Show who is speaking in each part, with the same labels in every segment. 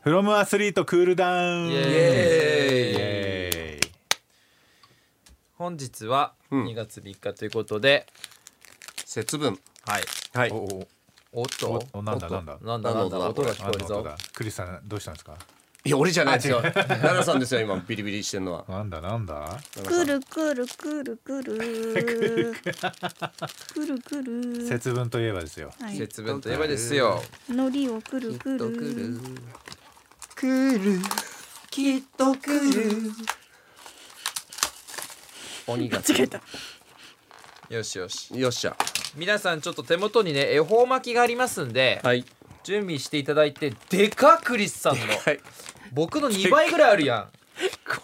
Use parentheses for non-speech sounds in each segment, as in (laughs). Speaker 1: フロムアスリートクールダウン
Speaker 2: イエー
Speaker 1: イ
Speaker 2: イ
Speaker 1: エーイ
Speaker 2: 本日は
Speaker 3: うん
Speaker 2: 2月3日ということで、
Speaker 3: 節分
Speaker 2: はい
Speaker 3: はい
Speaker 1: おお
Speaker 2: おっと
Speaker 1: おおなんだ
Speaker 2: おっ
Speaker 1: な
Speaker 2: と
Speaker 1: んだ
Speaker 2: なんだなんだ
Speaker 3: なんだ
Speaker 2: 音が聞
Speaker 1: あ
Speaker 2: こえる
Speaker 1: の音
Speaker 2: ぞ
Speaker 1: だクリスさんどうしたんですか
Speaker 3: いや俺じゃないですよ奈良さんですよ今ビリビリしてるのは
Speaker 1: なんだなんだ
Speaker 4: くるくるくるく (laughs) るくるくる
Speaker 1: 節分といえばですよ
Speaker 4: はい
Speaker 2: 節分といえばですよ
Speaker 4: のりをくるくる
Speaker 3: くるきっとくる
Speaker 2: 鬼が
Speaker 4: 間違えた
Speaker 2: よしよし
Speaker 3: よっしゃ
Speaker 2: 皆さんちょっと手元にね恵方巻きがありますんで、
Speaker 3: はい
Speaker 2: 準備していただいてでかクリスさんの
Speaker 3: はい
Speaker 2: 僕の2倍ぐらいあるや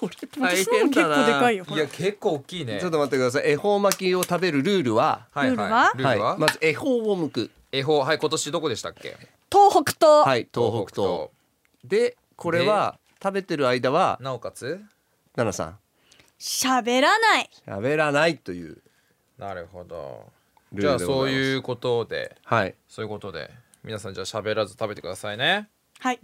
Speaker 3: これ
Speaker 4: 私のも結構でかいよ
Speaker 2: んいや結構大きいね
Speaker 3: ちょっと待ってください恵方巻きを食べるルールは
Speaker 2: はいはいル
Speaker 3: は
Speaker 2: ー
Speaker 3: い
Speaker 2: ルは、
Speaker 3: まず恵方を剥く
Speaker 2: 恵方はい今年どこでしたっけ
Speaker 4: 東北と、
Speaker 3: はい東北とでこれは食べてる間は
Speaker 2: なおかつ
Speaker 3: 奈々
Speaker 4: 喋らない
Speaker 3: さん喋らないという
Speaker 2: なるほど
Speaker 3: ル
Speaker 2: じ
Speaker 3: ー
Speaker 2: ゃあ
Speaker 3: ルでご
Speaker 2: そう
Speaker 3: ざいます
Speaker 2: いうことで
Speaker 3: はい
Speaker 2: そういうことで皆さんじゃあ喋らず食べてくださいね
Speaker 4: はい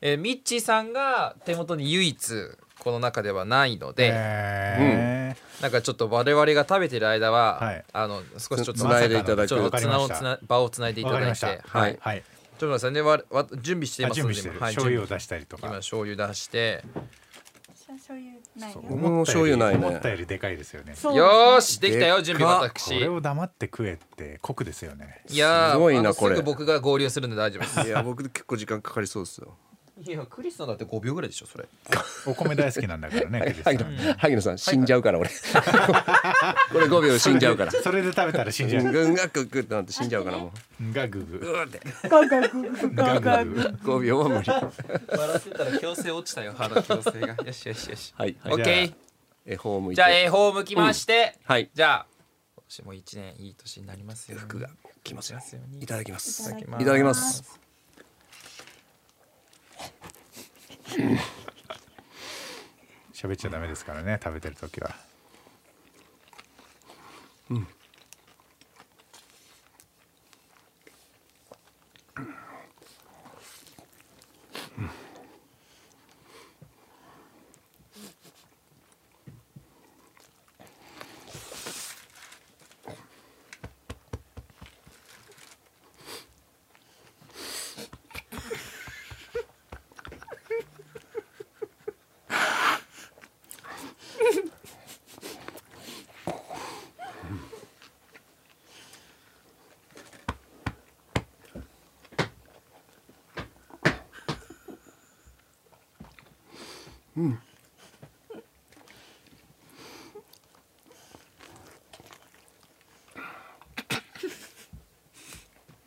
Speaker 2: えー、ミッチーさんが手元に唯一この中ではないので、
Speaker 1: え
Speaker 2: なんかちょっと我々が食べてる間は、
Speaker 1: はい
Speaker 2: あの少しちょっと
Speaker 3: つ繋いでいただく
Speaker 2: ちょっとつなを
Speaker 1: わかりました
Speaker 2: つな場をつないでい
Speaker 1: わ
Speaker 2: た
Speaker 1: かり
Speaker 2: だ
Speaker 1: ま
Speaker 2: い
Speaker 1: した
Speaker 2: て
Speaker 1: は
Speaker 2: はいい
Speaker 1: はい
Speaker 2: ちょっと待ってねわわ準備してい
Speaker 1: あ
Speaker 2: ます
Speaker 1: 準備
Speaker 2: ので
Speaker 1: してる
Speaker 2: 今はい、
Speaker 1: 醤油を
Speaker 2: 準備
Speaker 1: 出したりと
Speaker 2: 今
Speaker 1: か
Speaker 2: 醤油出して
Speaker 4: 醤油ないよ
Speaker 1: そう
Speaker 3: 僕も醤油ないね
Speaker 1: 思ったよりでかいですよね
Speaker 4: そう
Speaker 2: よーしできたよ準備
Speaker 3: でっか
Speaker 1: こ
Speaker 2: 私
Speaker 1: れを黙って食えって酷ですよね
Speaker 2: いやー
Speaker 3: すごいな
Speaker 2: あの
Speaker 3: これ
Speaker 2: すぐ僕が合流するんで大丈夫です
Speaker 3: いや僕結構時間かかりそうですよ
Speaker 1: (laughs)
Speaker 2: いやクリスさんだって5秒ぐらいでしょそれ
Speaker 1: お米大好きなんだからねクリスさん
Speaker 3: (laughs) 萩野萩野さん死んじゃうから俺 (laughs) これ5秒死んじゃう (laughs) から
Speaker 1: それで食べたら死んじゃう
Speaker 3: ぐんがくくってなって死んじゃうからも
Speaker 2: (laughs)
Speaker 1: ガググ
Speaker 4: ガガガガガガ
Speaker 1: ガ
Speaker 4: ガ
Speaker 1: ググ
Speaker 3: う5秒は無理
Speaker 2: 笑ってたら矯正落ちたよ歯の矯正がよしよしよし
Speaker 3: はい
Speaker 2: オッケー
Speaker 3: 恵方を向い
Speaker 2: じゃあ
Speaker 3: て
Speaker 2: 恵方向きまして、
Speaker 3: はい
Speaker 2: じゃあ今年も一年いい年になりますように
Speaker 3: 服が来ますよ
Speaker 2: ように
Speaker 3: いただきます
Speaker 2: いただきます
Speaker 3: いただきます
Speaker 1: 喋っちゃダメですからね食べてる時は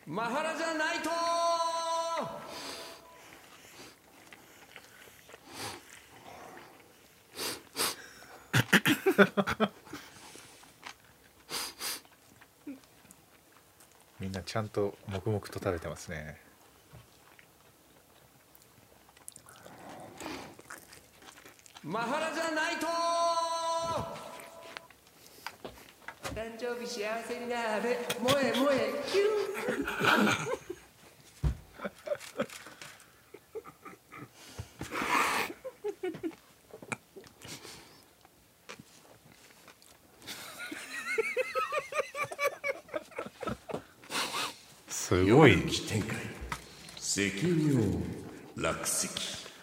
Speaker 3: マハラジャナイト
Speaker 1: みんなちゃんと黙々と食べてますね
Speaker 3: マハラジャナイト誕生日幸せになれもえもえキュ
Speaker 1: すごい
Speaker 5: 展開責任を落石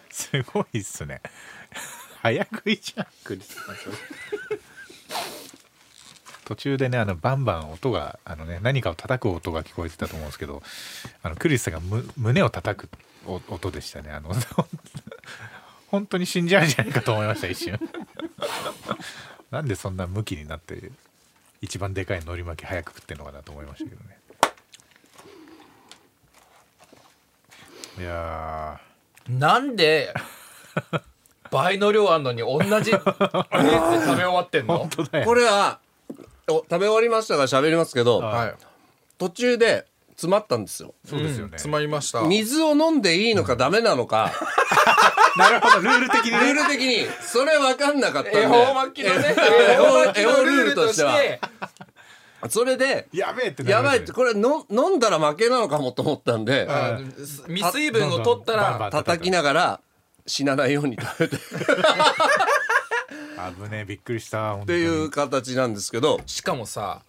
Speaker 1: すごいっすね早食いじゃんクリスさんそれ途中でねあのバンバン音があのね何かを叩く音が聞こえてたと思うんですけどあのクリスさんがむ胸を叩くお音でしたねあの (laughs) 本当に死んじゃうんじゃないかと思いました一瞬 (laughs) なんでそんな向きになって一番でかい海苔巻き早く食ってんのかなと思いましたけどねいやー
Speaker 2: なんで倍の量あんのに同じペースで食べ終わってんの
Speaker 1: 本当だよ
Speaker 3: (laughs) これはお食べ終わりましたから喋りますけど
Speaker 1: はい
Speaker 3: 途中で詰まったんですよ
Speaker 1: そうですよね、
Speaker 2: 詰まりました
Speaker 3: 水を飲んでいいのかダメなのか
Speaker 1: なるほどルール的に
Speaker 3: ル
Speaker 1: ね
Speaker 3: ール的にそれ分かんなかったんで
Speaker 2: 恵方巻きのね
Speaker 3: 恵方
Speaker 2: 恵
Speaker 3: 恵
Speaker 2: 方ル
Speaker 3: 方ル
Speaker 2: ー
Speaker 3: ー
Speaker 2: ル
Speaker 3: ル
Speaker 2: と
Speaker 3: と
Speaker 2: し
Speaker 3: しててはそれで
Speaker 1: (laughs) やべえってなり
Speaker 3: や
Speaker 1: ま
Speaker 3: ば
Speaker 1: す
Speaker 3: い
Speaker 1: ね
Speaker 3: ってこれの飲んだら負けなのかもと思ったんで
Speaker 2: あー未水分を取った
Speaker 1: バンバ
Speaker 2: ら
Speaker 1: ン
Speaker 3: 叩きながら死なないように食べてっ
Speaker 1: 危ねえびっくりしたって
Speaker 3: いう形なんですけど
Speaker 2: しかもさ、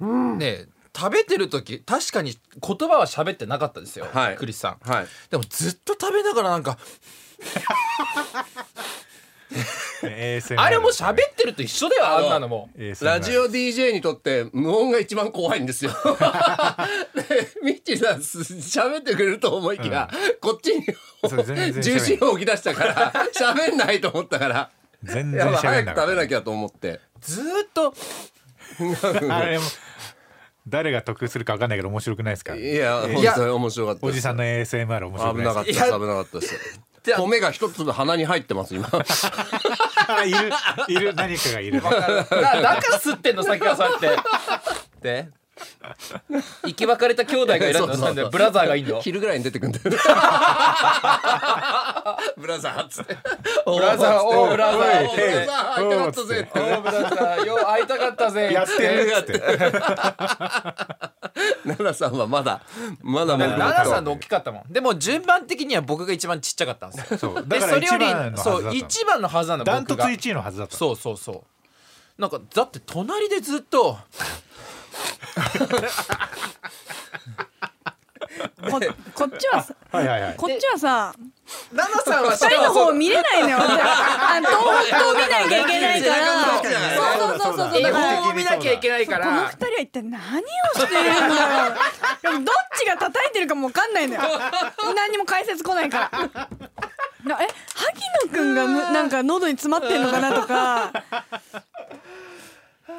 Speaker 2: ねえ食べてる時確かに言葉は喋ってなかったですよ、
Speaker 3: はい
Speaker 2: クリスさん、
Speaker 3: はい
Speaker 2: でもずっと食べながらなんかあれも喋ってると一緒だよあんなのも
Speaker 3: ラジ
Speaker 1: オ
Speaker 3: オ DJ にとって無音が一番怖い
Speaker 1: (laughs)
Speaker 3: んですよ。でミッチーさんす喋ってくれると思いきや、こっちに
Speaker 1: そう全然
Speaker 3: 重心を置き出したから
Speaker 1: (laughs)
Speaker 3: 喋んないと思ったから
Speaker 1: 全
Speaker 3: や
Speaker 1: 然
Speaker 3: ばい
Speaker 1: 喋
Speaker 3: 早
Speaker 1: ん
Speaker 3: く
Speaker 1: な
Speaker 3: 食べ
Speaker 1: か
Speaker 3: な
Speaker 1: っ
Speaker 3: きゃと思って
Speaker 2: ずーっと
Speaker 1: たあれも (laughs) 誰が得するか分かんないけど面白くないですか
Speaker 3: いや
Speaker 1: えー
Speaker 3: 本
Speaker 2: や
Speaker 3: 当に面白かった
Speaker 1: お
Speaker 3: です
Speaker 1: じさんの ASMR 面白く
Speaker 3: 危な
Speaker 1: な
Speaker 3: か
Speaker 1: い
Speaker 3: っ
Speaker 1: で
Speaker 3: た
Speaker 1: す
Speaker 2: い
Speaker 3: です危
Speaker 2: や
Speaker 3: なかったです
Speaker 2: で
Speaker 3: 米が一粒鼻に入ってます今
Speaker 1: かいるいる何かがいる
Speaker 2: だからだから吸ってんのさっきはそうやってで生き別れた兄弟がいるん
Speaker 3: そうそうそう
Speaker 2: だブラザーがいんの
Speaker 3: 昼ぐらいに出てくんだよブラザーっつって
Speaker 2: ブラザーおうブラザー
Speaker 1: おい
Speaker 2: お
Speaker 1: う
Speaker 3: ブ
Speaker 1: へい
Speaker 3: ラザー会いたかったぜって
Speaker 2: おうブラザーよう会いたかったぜ
Speaker 1: やってるっつって
Speaker 3: 奈々さんはまだまだ
Speaker 2: 奈々さんの大きかったもんでも順番的には僕が一番ちっちゃかったんですよ
Speaker 1: そうだ
Speaker 2: で
Speaker 1: から
Speaker 2: それよ
Speaker 1: 一
Speaker 2: り
Speaker 1: 番のはずだった
Speaker 2: そ
Speaker 1: の
Speaker 2: う一番のはずなの
Speaker 1: ダン
Speaker 2: 僕
Speaker 1: トツ
Speaker 2: が
Speaker 1: 1位のはずだった
Speaker 2: そうそうそうなんかだって隣でずっと
Speaker 4: こ (laughs) こっちはさ
Speaker 1: はいはいはい
Speaker 4: こっちはさ
Speaker 2: 奈々さんはし
Speaker 4: 二人
Speaker 2: か
Speaker 4: の
Speaker 2: もそ
Speaker 4: 方
Speaker 2: う
Speaker 4: 見れないのよ私あの東北を見なきゃいけないから
Speaker 3: 確かに
Speaker 4: (laughs) そうそうそうそう
Speaker 2: 英
Speaker 4: だ
Speaker 1: 確
Speaker 4: か
Speaker 1: かに
Speaker 4: ら
Speaker 2: 語を見なきゃいけないか
Speaker 4: この
Speaker 2: ら
Speaker 4: 二人は一体何をしているんだろうでもどっちが叩いてるかもわかんないのよ何にも解説来ないから (laughs) なえ萩野くんがぬなんか喉に詰まってんのかなとか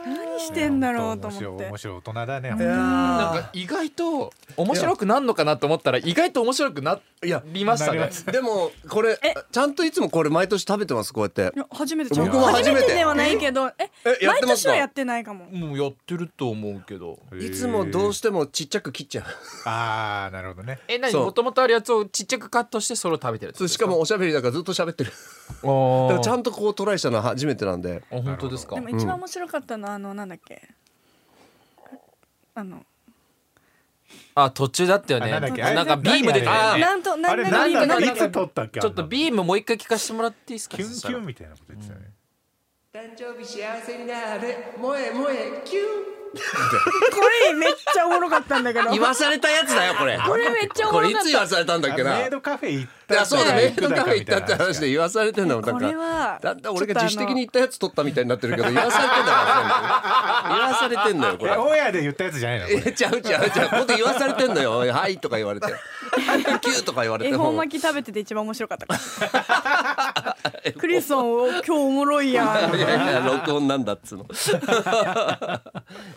Speaker 4: 何してんだろうと思って
Speaker 1: 面白い面白い大人だね
Speaker 2: なんか意外と面白くなんのかなと思ったら意外と面白くなりました
Speaker 1: な
Speaker 2: ね
Speaker 1: ります
Speaker 3: でもこれ
Speaker 4: え
Speaker 3: ちゃんといつもこれ毎年食べてますこうやって
Speaker 4: いや初めてちゃ
Speaker 3: 僕も初めて
Speaker 4: ではないけどえ
Speaker 3: えやっ
Speaker 4: 毎
Speaker 3: てます
Speaker 4: 年
Speaker 3: か
Speaker 4: はやってないかも
Speaker 2: もうやってると思うけど
Speaker 3: いつもどうしてもちっちゃく切っちゃ
Speaker 1: ああなるほどね
Speaker 2: え何
Speaker 3: そう
Speaker 2: もともとあるやつをちっちゃくカットしてそれを食べてるってこ
Speaker 3: う
Speaker 2: と
Speaker 3: しかもおしゃべりだからずっと喋ってるだからちゃ
Speaker 2: と
Speaker 3: んとこうトライしたのは初めてなんで
Speaker 2: あ本当ですか
Speaker 4: でも一番面白かったのはあのなんだっけあの
Speaker 2: あ途中だったよね
Speaker 1: あ
Speaker 2: な
Speaker 1: なんだっけ
Speaker 2: んかビームで
Speaker 1: あれ
Speaker 4: なんとな
Speaker 1: あ
Speaker 4: ん
Speaker 1: れ
Speaker 4: なん
Speaker 1: な
Speaker 4: だ
Speaker 1: ん
Speaker 4: リーグな
Speaker 1: だ
Speaker 4: んだっ
Speaker 1: い
Speaker 4: け
Speaker 1: つ撮ったっけ
Speaker 2: ちょっと
Speaker 1: ー
Speaker 2: ビームもう一回聞かせてもらっていいですか
Speaker 1: キュンキュン
Speaker 2: ン
Speaker 1: みたいなこと言ってたね
Speaker 6: 誕生日幸せになれ萌え萌えキュン
Speaker 4: これめっちゃおもろかったんだけど
Speaker 3: 言わされたやつだよこれ
Speaker 4: これめっちゃおも
Speaker 3: こ
Speaker 4: ろ
Speaker 3: れい
Speaker 4: かっ
Speaker 3: つ
Speaker 4: た
Speaker 3: 言わされたんだっけ
Speaker 1: あ
Speaker 3: な
Speaker 1: メイドカフェ行っ
Speaker 3: い
Speaker 1: た
Speaker 3: やそうだメイドカフェ行
Speaker 1: み
Speaker 3: ったって話で言わされてんだもんだ
Speaker 4: こ
Speaker 3: から
Speaker 4: れは
Speaker 3: だんだん俺が
Speaker 4: ちょっとあの
Speaker 3: 自主的に行ったやつ取ったみたいになってるけど言わされてんだから言わされてんだよこ
Speaker 1: え
Speaker 3: れ
Speaker 1: オンエアで言ったやつじゃないのこれ
Speaker 3: えちゃうちゃうちゃうこと言わされてんのよ「はい」とか言われて (laughs) 「キュー」とか言われ
Speaker 4: 恵
Speaker 3: て
Speaker 4: 方
Speaker 3: も
Speaker 4: 巻き食べてて一番面白かったから (laughs) クリスソンを今日おもろいや
Speaker 2: (laughs)
Speaker 3: いやいや録音なんだっつうの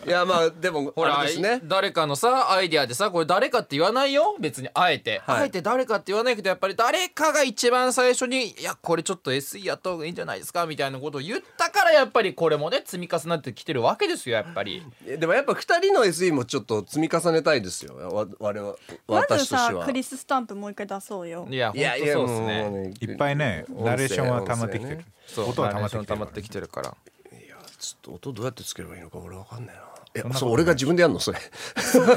Speaker 3: いやまあでも
Speaker 2: ほら
Speaker 3: あれですね
Speaker 2: 誰かのさアイディアでさこれ誰かって言わないよ別にあえて、
Speaker 3: はい
Speaker 2: あえて誰かって言わないけどやっぱり誰かが一番最初にいやこれちょっと SE やった方がいいんじゃないですかみたいなことを言ったからやっぱりこれもね積み重なってきてるわけですよやっぱり
Speaker 3: でもやっぱ二人の SE もちょっと積み重ねたいですよわ我々は
Speaker 4: ま
Speaker 3: 私
Speaker 4: ず
Speaker 3: として
Speaker 4: さ
Speaker 3: は
Speaker 4: クリススタンプもう一回出そうよ
Speaker 2: いや本
Speaker 3: いやい
Speaker 2: 当
Speaker 3: や
Speaker 2: そうで
Speaker 3: も
Speaker 2: す
Speaker 3: う
Speaker 2: ね
Speaker 3: ね
Speaker 1: いっぱいね
Speaker 3: 音声
Speaker 1: ナレーションは溜まってきてる
Speaker 3: 音
Speaker 2: そう
Speaker 1: 音は溜まってきてる
Speaker 2: ナレーション溜まってきてるから
Speaker 3: 声ねいやちょっと音どうやってつければいいのか俺わかんないな
Speaker 1: そんな
Speaker 3: え
Speaker 1: ことない
Speaker 3: そう俺が自分でやるのそれ
Speaker 1: 音は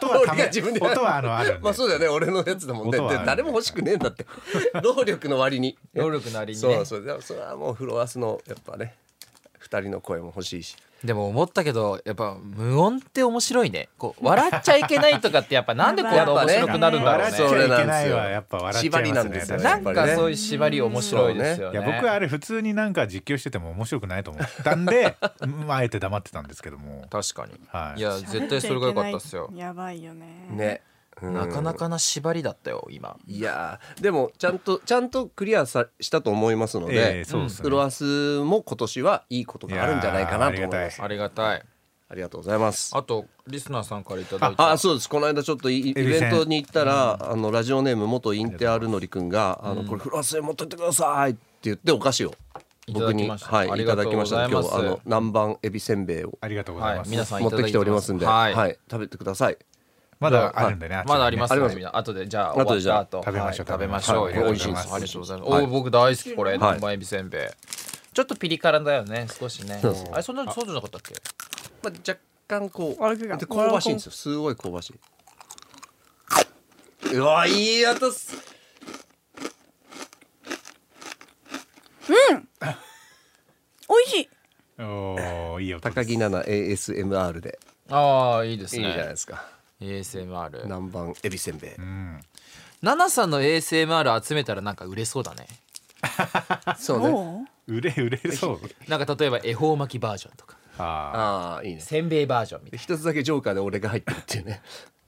Speaker 1: 溜
Speaker 3: 俺が
Speaker 1: め
Speaker 3: 自分で
Speaker 1: 音はあのあるんで
Speaker 3: まあそうだよね俺のやつだもんね
Speaker 1: 音はある
Speaker 3: で誰も欲しくねえん
Speaker 1: (laughs)
Speaker 3: だって労力の割に
Speaker 2: 労力なりに
Speaker 3: そ
Speaker 2: ね
Speaker 3: うそうだからそれはもうフロアスのやっぱね二人の声も欲しいし
Speaker 2: でも思ったけどやっぱ無音って面白いねこう笑っちゃいけないとかってやっぱなんでこんな面白くなるんだろ
Speaker 1: や
Speaker 2: う
Speaker 1: っぱね笑っちゃいけ
Speaker 2: ね
Speaker 1: ないわやっぱ笑っちゃいますね
Speaker 3: 縛りなんですよ
Speaker 1: 確
Speaker 3: や
Speaker 2: な
Speaker 3: っ
Speaker 2: ん
Speaker 3: ぱり
Speaker 2: か
Speaker 3: ね
Speaker 2: そういう縛り面白いですよ
Speaker 1: い
Speaker 2: ね
Speaker 1: や僕はあれ普通になんか実況してても面白くないと思ったんでうんあえて黙ってたんですけども
Speaker 2: 確かに、
Speaker 1: はい
Speaker 2: い、や絶対それが良かったっすよ
Speaker 4: やばいよね
Speaker 3: ね
Speaker 2: なかなかな縛りだったよ今
Speaker 3: いやーでもちゃんとちゃんとクリアさしたと思いますの
Speaker 1: ええ
Speaker 3: で,、
Speaker 1: そうですね
Speaker 3: フロアスも今年はいいことがあるんじゃないかなと思い
Speaker 1: いやーあり
Speaker 3: ま
Speaker 1: が
Speaker 3: す
Speaker 1: た
Speaker 3: あ
Speaker 2: ありがたい
Speaker 3: りがとうございます
Speaker 2: あとリスナーさんからいただいた
Speaker 3: ああそうですこの間ちょっとイイ
Speaker 1: エビセン
Speaker 3: ベントに行ったら、あのラジオネーム元インテアルノリ君が「あのこれフロアスへ持ってってください」って言ってお菓子を僕に
Speaker 2: いただきましたあ
Speaker 3: はい、
Speaker 2: り
Speaker 3: い
Speaker 2: が
Speaker 3: た
Speaker 2: と
Speaker 3: だ
Speaker 2: う
Speaker 3: き
Speaker 2: ご
Speaker 3: まし
Speaker 2: ざ
Speaker 3: た
Speaker 2: い
Speaker 3: 今
Speaker 2: ます
Speaker 3: 日あの南蛮エビせんべいを
Speaker 1: ありがとうございま
Speaker 2: はい
Speaker 1: す
Speaker 2: 皆さん
Speaker 3: 持ってきておりますんで、
Speaker 2: は
Speaker 3: はいい食べてください。
Speaker 1: まだあるんだねっちがね
Speaker 2: まだあります
Speaker 3: あ
Speaker 2: ね
Speaker 3: ります
Speaker 2: みんな後でじゃあ終
Speaker 3: 後
Speaker 2: わ
Speaker 3: で
Speaker 2: っ
Speaker 3: じゃ
Speaker 2: た
Speaker 3: あ
Speaker 2: 後
Speaker 1: 食べましょう
Speaker 2: はい食べまし
Speaker 1: 食
Speaker 2: ょう
Speaker 3: べましょう
Speaker 2: あ
Speaker 3: はい
Speaker 2: りがとうございます、
Speaker 3: はい
Speaker 2: お僕大好きこれ
Speaker 3: はい
Speaker 2: 南蛮エビせんべいちょっとピリ辛だよね少しねあれそんなにそうじゃなかったっけ
Speaker 3: まあ、若干こ
Speaker 4: あれか
Speaker 3: うで香ばしいんですよすごい香ばしいうわいい音っす
Speaker 4: 美味しい
Speaker 1: おおいいよ
Speaker 3: 高木菜那 ASMR で
Speaker 2: ああいいです
Speaker 3: いいじゃない
Speaker 2: ね
Speaker 3: ですか
Speaker 2: ASMR
Speaker 3: 南蛮エビせんべい
Speaker 2: ナナさんの ASMR 集めたらなんか売れそうだね
Speaker 3: そうね
Speaker 4: おう
Speaker 1: 売れ売れそう
Speaker 2: なんか例えば恵方巻きバージョンとか
Speaker 1: ああ
Speaker 3: ああいいね
Speaker 2: せんべいバージョンみたいな
Speaker 3: で一つだけジョーカーで俺が入ってるっていうね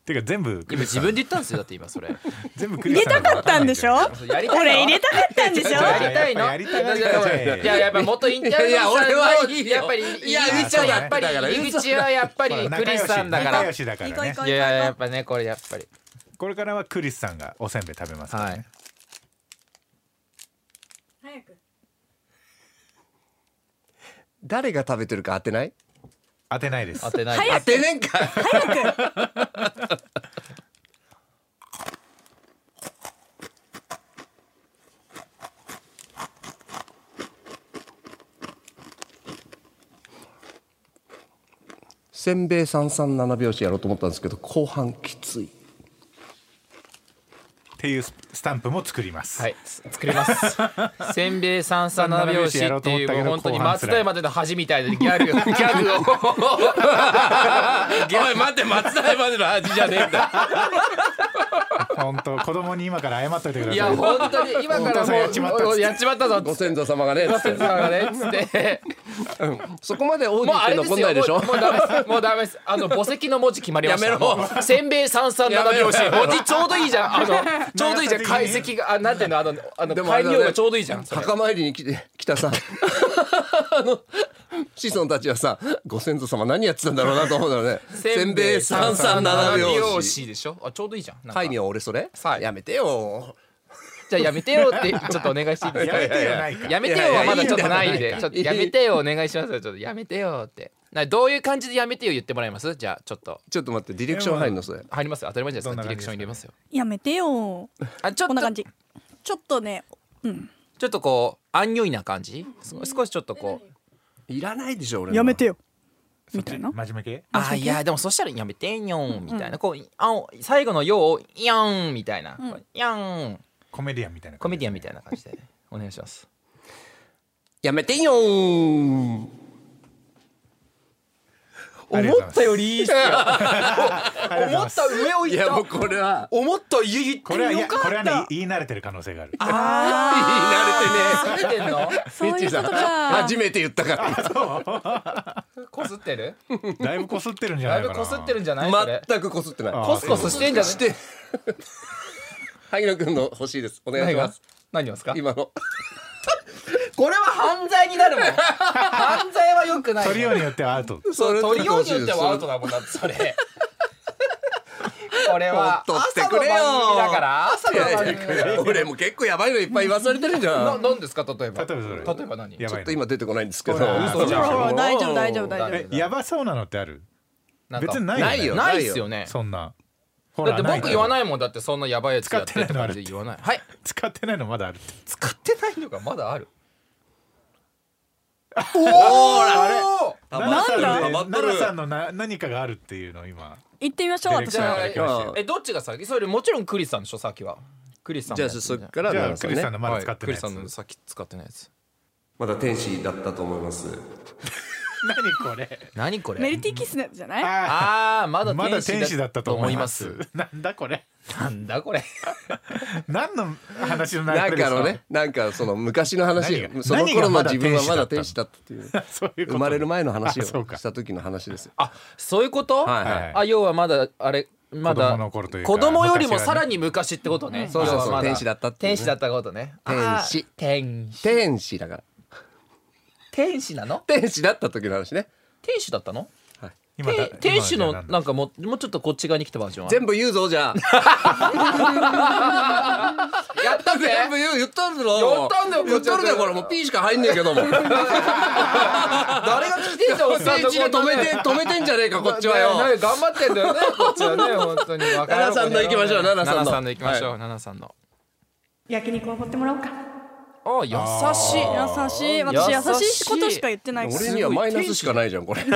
Speaker 1: てか全部
Speaker 2: 今自分で言ったんですよだって今
Speaker 3: (laughs)
Speaker 2: それ
Speaker 1: 全部ク
Speaker 4: 入
Speaker 1: リ
Speaker 4: れ
Speaker 1: スさ
Speaker 4: た
Speaker 1: んが
Speaker 4: かったんでしょ
Speaker 2: そうやりたいの
Speaker 4: 俺入れたかったんでしょ
Speaker 2: やりたいの
Speaker 1: やりたいの
Speaker 2: いやいややっぱ元インタビュー
Speaker 3: いや俺はいいよ
Speaker 2: やっぱり入
Speaker 3: い
Speaker 2: り
Speaker 3: や
Speaker 2: 口はやっぱり
Speaker 3: 嘘だから
Speaker 2: 入り口はやっぱりクリスさんだか
Speaker 1: 仲
Speaker 2: ら
Speaker 1: 良
Speaker 2: い
Speaker 1: しだから
Speaker 4: 行
Speaker 1: ね
Speaker 4: こう行こう
Speaker 2: やいややっぱねこれやっぱり
Speaker 1: これからはクリスさんがおせんべい食べますからね、
Speaker 4: 早く
Speaker 3: 誰が食べてるか当てない
Speaker 1: 当てないです
Speaker 2: 当てない
Speaker 4: 早
Speaker 3: 当てねんかいせんべい三三七拍子やろうと思ったんですけど後半きつい
Speaker 1: っていうススタンプも作ります、
Speaker 2: はい、す作り
Speaker 3: (laughs)
Speaker 2: ます。せんべい三三七拍子っていうもう本当に松田山での恥みた
Speaker 3: (laughs)
Speaker 2: いなギャグギャグを。
Speaker 3: おい待て松田までの味じゃねえんだ
Speaker 1: 本当子供に今から謝っといてください
Speaker 2: いや本当に今から
Speaker 1: お父さんやっちまったっつ
Speaker 2: も
Speaker 1: っ
Speaker 2: う
Speaker 1: て
Speaker 2: やっちまったぞっつ
Speaker 3: ご
Speaker 2: って。
Speaker 3: 先祖様がねつって
Speaker 2: がねつって
Speaker 3: (laughs) そこまでオー
Speaker 2: (laughs)
Speaker 3: デ
Speaker 2: もうあ
Speaker 3: ィ
Speaker 2: れ
Speaker 3: っ
Speaker 2: で
Speaker 3: て
Speaker 2: す
Speaker 3: 残んな
Speaker 2: よ
Speaker 3: いでし
Speaker 2: も
Speaker 3: ょ
Speaker 2: うもうダメですもうダメですあの墓石の文字決まりました
Speaker 3: やめろ
Speaker 2: もうせんべい三三七拍
Speaker 3: やめろ
Speaker 2: 子おじちょうどいいじゃんあの
Speaker 3: (laughs)
Speaker 2: ちょうどいいじゃん
Speaker 1: 長さ
Speaker 2: 解
Speaker 1: 的に
Speaker 2: 析があなんていうのあのあの
Speaker 3: でもあれ
Speaker 2: 改
Speaker 3: だ
Speaker 2: 良
Speaker 3: ね
Speaker 2: がちょうどいいじゃんそれ
Speaker 3: 墓参りに来て
Speaker 2: (laughs)
Speaker 3: 来たさあの子孫たちはさご先祖様何やってたんだろうなと思うだろうねせんべい三三七拍子
Speaker 2: でしょあちょうどいいじゃんなんか
Speaker 3: 会には俺それ
Speaker 2: はい
Speaker 3: やめてよ
Speaker 2: じゃあやめてよってちょっとお願いしていいです
Speaker 1: や
Speaker 2: か
Speaker 1: めてよないか
Speaker 2: やめてよはまだちょっとないで、ちょっとやめてよお願いしますよ。ちょっとやめてよって。などういう感じでやめてよ言ってもらえます？じゃあちょっと
Speaker 3: ちょっと待ってディレクション入るのそれ
Speaker 2: 入ります。当たり前じゃないですか。
Speaker 1: どんな
Speaker 2: ディ
Speaker 1: 感
Speaker 2: レク
Speaker 1: じ
Speaker 2: ション入れますよ。
Speaker 4: やめてよ
Speaker 2: あちょっ
Speaker 4: ことんな感じちょっとね
Speaker 2: ちょっとこう安ュイな感じ。すご少しちょっとこう。
Speaker 3: いらないでしょ俺の
Speaker 4: やめてよみたいな
Speaker 1: 真面目系
Speaker 2: あーいやでもそしたらやめてんよんみたいなこうあお最後のようをやんみたいな、やん
Speaker 1: コメディアンみたいな
Speaker 2: コメディアン
Speaker 1: ン
Speaker 2: みたいな感じでお願いします。
Speaker 3: やめてよ思
Speaker 1: ありがとうございます
Speaker 3: よりいいっすよ
Speaker 2: (laughs) 思った上を
Speaker 3: い
Speaker 2: 言
Speaker 3: やもうこれは
Speaker 2: 思った上言っ
Speaker 1: これはいやこれはね言い慣れてる可能性がある
Speaker 3: 言い慣れてね
Speaker 2: こすってんの？
Speaker 4: そういうこと
Speaker 3: ミッチー
Speaker 4: か
Speaker 3: さん初めて言ったから
Speaker 2: (laughs) こすってる？
Speaker 1: だいぶこすってるんじゃ
Speaker 2: だ
Speaker 1: ないい
Speaker 2: ぶ
Speaker 1: かな
Speaker 2: こすってるんじゃない？それ
Speaker 3: 全くこすってない
Speaker 1: あ
Speaker 2: コスコスしてんじゃない
Speaker 3: し？て萩野くんの欲しいですお願いします
Speaker 2: 何をですか？
Speaker 3: 今の
Speaker 2: これは犯罪になるもん。犯罪は良くないもん。
Speaker 1: 取りようによってはアウト
Speaker 2: そう取りようによってはアウト
Speaker 3: だ
Speaker 2: だもんだってそ
Speaker 3: (laughs)
Speaker 2: れ。これは
Speaker 3: 取って
Speaker 2: 朝の番
Speaker 3: くれ
Speaker 2: 組
Speaker 3: よ
Speaker 2: だから朝の番組だから。
Speaker 3: 俺も結構やばいのいっぱい言わされてるじゃ
Speaker 2: なん何ですか例えば。
Speaker 1: 例えばそれ
Speaker 2: 例えば何？
Speaker 1: やばい
Speaker 3: ちょっ
Speaker 1: な
Speaker 3: と今出てこないんですけど
Speaker 1: ほら嘘じゃん
Speaker 4: ほらほら大丈夫大丈夫大丈夫
Speaker 1: えやばそうなのってある
Speaker 2: なんか
Speaker 1: 別にないよ,、ね、
Speaker 3: ないよ
Speaker 2: ないですよね。
Speaker 1: そんなほ
Speaker 2: だって僕言わ
Speaker 1: い
Speaker 2: ないもんだってそんなやばいやつやってるとかで言わない。はい。
Speaker 1: 使ってないのまだあるって
Speaker 2: 使ってないのがまだある。
Speaker 4: なんだ
Speaker 1: 奈良さんのな何かがあるっていうのを今
Speaker 4: 行ってみましょ
Speaker 1: デ
Speaker 4: う
Speaker 1: ィレク
Speaker 4: 私
Speaker 1: ション
Speaker 4: は
Speaker 1: から来ましたよ
Speaker 2: えどっちが先？それもちろんクリスさんでしょ先は。クリスさんの
Speaker 3: じゃ
Speaker 2: や
Speaker 3: あ
Speaker 2: つ。
Speaker 3: そっから
Speaker 1: じゃ
Speaker 3: なん
Speaker 1: あ
Speaker 3: です
Speaker 1: ク
Speaker 3: か
Speaker 1: リスさ
Speaker 3: ね
Speaker 1: んのまだ使ってないやつ、
Speaker 2: はいクリスさんのさっき使ってないやつ
Speaker 3: まだ天使だったと思います
Speaker 1: 何これ
Speaker 2: 何こ
Speaker 4: メ
Speaker 2: れ
Speaker 4: ルティーキスのやつじゃない
Speaker 1: あ
Speaker 2: ああまだ
Speaker 1: ーまだ天使だったと思いま
Speaker 2: と
Speaker 1: す
Speaker 2: 思い
Speaker 1: なんだこれ
Speaker 2: ますなんだこれ
Speaker 1: 何の話の流
Speaker 3: な
Speaker 1: れ
Speaker 3: ん
Speaker 1: です
Speaker 3: かのねなんかその昔の話
Speaker 1: 何が
Speaker 3: その頃
Speaker 1: 何がま
Speaker 3: の
Speaker 1: だ
Speaker 3: 自分はまだ天使だったっていう
Speaker 1: (laughs) そういうこと
Speaker 3: 生まれる前の話を
Speaker 1: あそうか
Speaker 3: した時の話ですよ
Speaker 2: あそういうこと、
Speaker 3: はいはい
Speaker 2: あ要はまだあれまだ
Speaker 1: 子供の頃というか
Speaker 2: 子供よりもさらに昔ってことね、
Speaker 3: そうそうそう
Speaker 2: 要はま
Speaker 3: 天使だったっていうね
Speaker 2: 天使だったことね
Speaker 3: 天使
Speaker 2: あー天使
Speaker 3: 天使だから
Speaker 2: 天使なの
Speaker 3: 天使だった時の話ね
Speaker 2: 天使だったの
Speaker 1: 今だ
Speaker 2: て天使
Speaker 1: 今
Speaker 2: の
Speaker 1: じゃあ何
Speaker 2: なんかもうもうちょっとこっち側に来たバージョンは
Speaker 3: 全部言うぞじゃあ
Speaker 2: やったぜ
Speaker 3: 全部言う言ったんだろ
Speaker 2: 言ったんだよ
Speaker 3: 言ったんだよこれもうピーしか入んねえけ
Speaker 2: (laughs)
Speaker 3: ども天
Speaker 2: 誰が来てんだよおっさんの
Speaker 3: 使で止めて止めてんじゃねえかこっちはよ
Speaker 2: ねね頑張ってんだよねこっちはね本当に奈
Speaker 3: ナナさんの行きましょうナナさんの
Speaker 2: ナナさんの行きましょう、ナナさんの
Speaker 4: 焼肉を掘ってもらおうか
Speaker 2: あ優しい
Speaker 4: 優しい私優
Speaker 2: 優し
Speaker 4: し
Speaker 2: い
Speaker 4: いことしか言ってないから
Speaker 3: 俺にはマイナスしかないじゃんこれ
Speaker 2: 優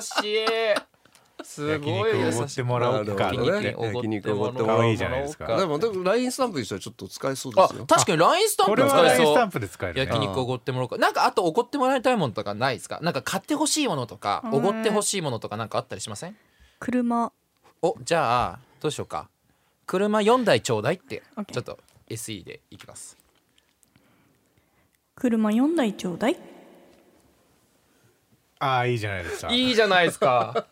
Speaker 2: しいす
Speaker 1: 焼
Speaker 2: ごい
Speaker 1: 肉
Speaker 2: 優
Speaker 1: をおごっ
Speaker 2: してい
Speaker 1: もらおうか
Speaker 3: な
Speaker 1: って
Speaker 3: るほどね
Speaker 2: 焼肉おごって
Speaker 3: 焼肉おごって
Speaker 2: も
Speaker 3: も
Speaker 2: ら
Speaker 3: ら
Speaker 1: おう
Speaker 2: お
Speaker 1: か
Speaker 2: う
Speaker 1: いいじゃないですか
Speaker 3: (laughs) でもでも LINE スタンプにしたらちょっと使えそうで
Speaker 2: あ
Speaker 3: すよ
Speaker 2: 確かに LINE スタン
Speaker 1: これ
Speaker 2: プ
Speaker 1: は
Speaker 2: 使え
Speaker 1: ラインス
Speaker 2: そ
Speaker 1: タ
Speaker 2: う
Speaker 1: ンプで使えるね
Speaker 2: 焼肉おごってもらおうかなんかあとおごってもらいたいものとかないですかなんか買ってほしいものとか
Speaker 4: うん
Speaker 2: おごってほしいものとかなんかあったりしません
Speaker 4: 車
Speaker 2: おじゃあどうしようか車4台ちょうだいって
Speaker 4: オッケー
Speaker 2: ちょっと SE でいきます
Speaker 4: 車4台ちょうだい
Speaker 1: ああいいじゃないですか
Speaker 2: いいじゃないですか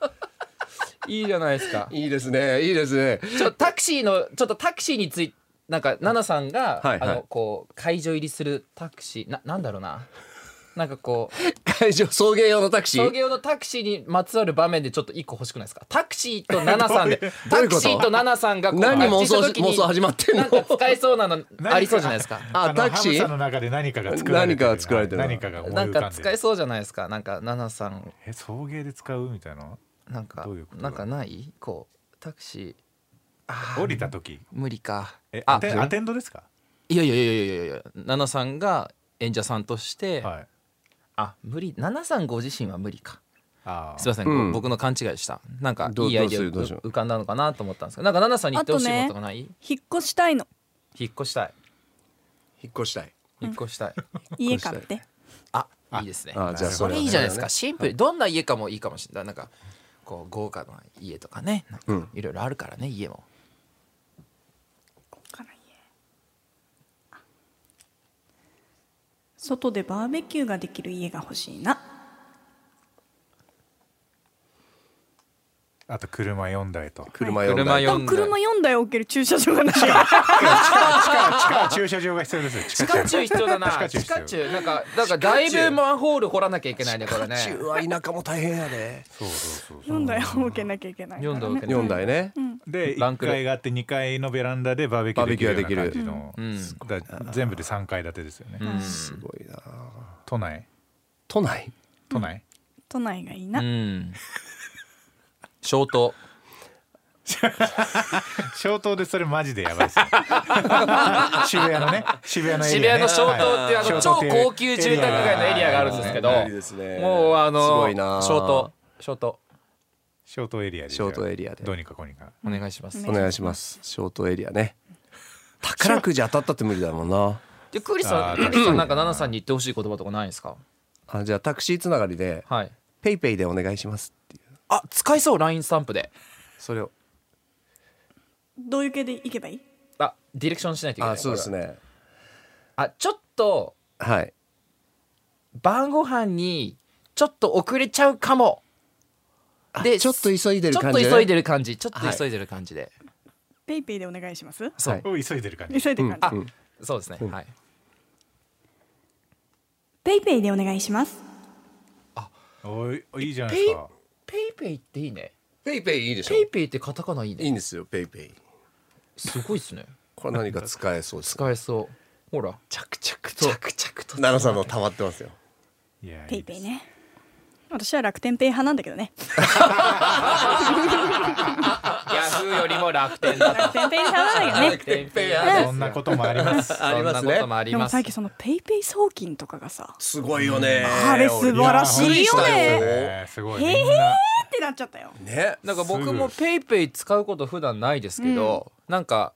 Speaker 2: いいじゃないですか
Speaker 3: いいですねいいですね (laughs)
Speaker 2: ちょっとタクシーのちょっとタクシーについてなんか奈々さんが、
Speaker 3: はいはい
Speaker 2: あのこう会場入りするタクシーななんだろうななんかこう
Speaker 3: 会場送迎用のタクシ
Speaker 2: 送迎
Speaker 3: ー
Speaker 2: 用のタクシーにまつわる場面でちょっと一個欲しくないですかタクシーと奈々さんで
Speaker 3: どうい
Speaker 2: タ
Speaker 3: うこ
Speaker 2: ク
Speaker 3: と
Speaker 2: シーと奈々さんがこう
Speaker 3: 何
Speaker 2: 合
Speaker 3: 妄
Speaker 2: 致した
Speaker 3: 想
Speaker 2: 時に
Speaker 3: 妄想始まってん
Speaker 2: なんか
Speaker 3: の
Speaker 2: 使えそうなのありそうじゃないですか
Speaker 3: あ
Speaker 1: あの
Speaker 3: タクシ
Speaker 1: ハム
Speaker 3: ー
Speaker 1: さんの中で何かが作られてる
Speaker 3: 何かが作られてる
Speaker 1: 何かが思い浮
Speaker 2: なん
Speaker 1: かん
Speaker 2: か
Speaker 1: で
Speaker 2: 使えそうじゃないですかなんか奈々さん
Speaker 1: え送迎で使うみたいな
Speaker 2: なんか
Speaker 1: どういうことだ
Speaker 2: なんかないこうタクシーあー
Speaker 1: 降りた時
Speaker 2: 無理か
Speaker 1: え
Speaker 2: あ
Speaker 1: アテンアテンドですか
Speaker 2: いやいやいやいやいやいや奈々さんが演者さんとして、
Speaker 1: はい
Speaker 2: あ無理奈々さんご自身は無理か
Speaker 1: あ
Speaker 2: すい
Speaker 1: ー
Speaker 2: ません、
Speaker 3: うん
Speaker 2: 僕の勘違いでしたなんか
Speaker 3: ど
Speaker 2: いいアイデア
Speaker 3: どうするどうしよ
Speaker 2: 浮かんだのかなと思ったんですけどなんか奈々さんに言ってほしいことがない、
Speaker 4: 引っ越したいの
Speaker 2: 引っ越したい
Speaker 3: 引っ越したい
Speaker 2: 引っ越したい、 (laughs)
Speaker 4: 家買って
Speaker 2: あいいですね
Speaker 3: あじゃあ
Speaker 2: そ
Speaker 3: れ
Speaker 2: れ
Speaker 3: はね
Speaker 2: いいじゃないですかシンプルどんな家かもいいかもしれないなんかこう豪華な家とかねなんかいろいろあるからね家も
Speaker 4: 外でバーベキューができる家が欲しいな
Speaker 1: あと車4台と
Speaker 3: 車用
Speaker 2: 車
Speaker 4: あ
Speaker 2: 呼んだ
Speaker 4: 車4台置ける駐車場がない (laughs)
Speaker 1: 地下駐車場が必要ですよ地
Speaker 2: 地下駐必要だ
Speaker 1: 地
Speaker 2: な
Speaker 1: 下駐
Speaker 2: 地
Speaker 1: 必要
Speaker 2: 下駐なんかだからだいぶマンホール掘らなきゃいけないねこれね
Speaker 3: 中は田舎も大変やで
Speaker 1: そうそうそう
Speaker 4: 4台置けなきゃいけないから
Speaker 2: 4度受けない
Speaker 3: 4台ね
Speaker 1: で
Speaker 2: ラ
Speaker 1: 1
Speaker 2: ンクル
Speaker 1: 階があって2階のベランダでバーベキューできるような感じの、だから全部で3階建てですよね、
Speaker 3: すごいな
Speaker 1: 都内
Speaker 3: 都内
Speaker 1: 都内、
Speaker 4: 都内がいいな
Speaker 2: うん消灯
Speaker 1: 消灯でそれマジでやばいです
Speaker 2: (laughs)
Speaker 1: よ渋谷のね渋谷のエリア、ね、
Speaker 2: 渋谷の消灯っていうあ
Speaker 1: は
Speaker 2: の
Speaker 1: い
Speaker 2: 超高級住宅街のエリアがあるんですけど
Speaker 3: いいですね
Speaker 2: もうあ
Speaker 3: す
Speaker 2: の
Speaker 3: ごい
Speaker 2: 消
Speaker 3: な
Speaker 2: 灯消灯
Speaker 1: 消灯エリアで
Speaker 3: ショートエリアで
Speaker 1: どうにかこうにか
Speaker 2: お願いします
Speaker 3: お願いしますショートエリアね宝くじ当たったって無理だもんな
Speaker 2: でクリスさ
Speaker 1: あ
Speaker 2: ん
Speaker 1: ー
Speaker 2: クリスさんなんか奈々さんに言ってほしい言葉とかないんですか
Speaker 3: あじゃあタクシーつながりで
Speaker 2: はい
Speaker 3: ペイペイでお願いしますっていう
Speaker 2: あ使いそう LINE スタンプで
Speaker 3: それを
Speaker 4: どういう系で行けばいい
Speaker 2: あディレクションしないといけない
Speaker 3: あそうですね
Speaker 2: あちょっと
Speaker 3: はい
Speaker 2: 晩ご飯にちょっと遅れちゃうかもで
Speaker 3: ちょっと急いでる
Speaker 2: ちょっ
Speaker 3: 感
Speaker 2: と
Speaker 3: じ
Speaker 2: 急いでる感じちょっと急いでる感じで
Speaker 4: ペイペイでお願いします
Speaker 2: そう
Speaker 3: はい
Speaker 1: お急いでる感
Speaker 4: 急い
Speaker 1: じ
Speaker 4: でる
Speaker 2: あ
Speaker 4: 感じ
Speaker 2: そうですねはい
Speaker 4: ペイペイでお願いします
Speaker 1: おいいいじゃないですか
Speaker 2: ペイペイっていいね
Speaker 3: ペイペイいいでしょ
Speaker 2: ペイペイってカタカナいい
Speaker 3: いい
Speaker 2: ね
Speaker 3: んですよペイペイ
Speaker 2: すごいっすね
Speaker 3: これ何か使えそうです
Speaker 2: 使えそうほら
Speaker 3: 着
Speaker 2: そう
Speaker 3: 々と (laughs) 奈良さんの溜まってますよ
Speaker 1: いや
Speaker 4: ペイペイね私は楽天ペイ派なんだけどね
Speaker 2: ヤフーよりも楽天だ
Speaker 4: 楽天ペイ派なんだけどね
Speaker 2: 楽天ペイ
Speaker 1: いい
Speaker 2: あ
Speaker 1: そんなこともあります
Speaker 2: そんなこともあり
Speaker 4: でも
Speaker 2: ま
Speaker 4: 最
Speaker 2: す
Speaker 4: 近そのペイペイ送金とかがさ
Speaker 3: すごいよね
Speaker 4: あれ素晴らしいよねっ
Speaker 1: えーすごいみん
Speaker 4: へ
Speaker 1: な
Speaker 4: てなっちゃったよ
Speaker 3: ね
Speaker 2: なんか僕もペイペイ使うこと普段ないですけど、なんか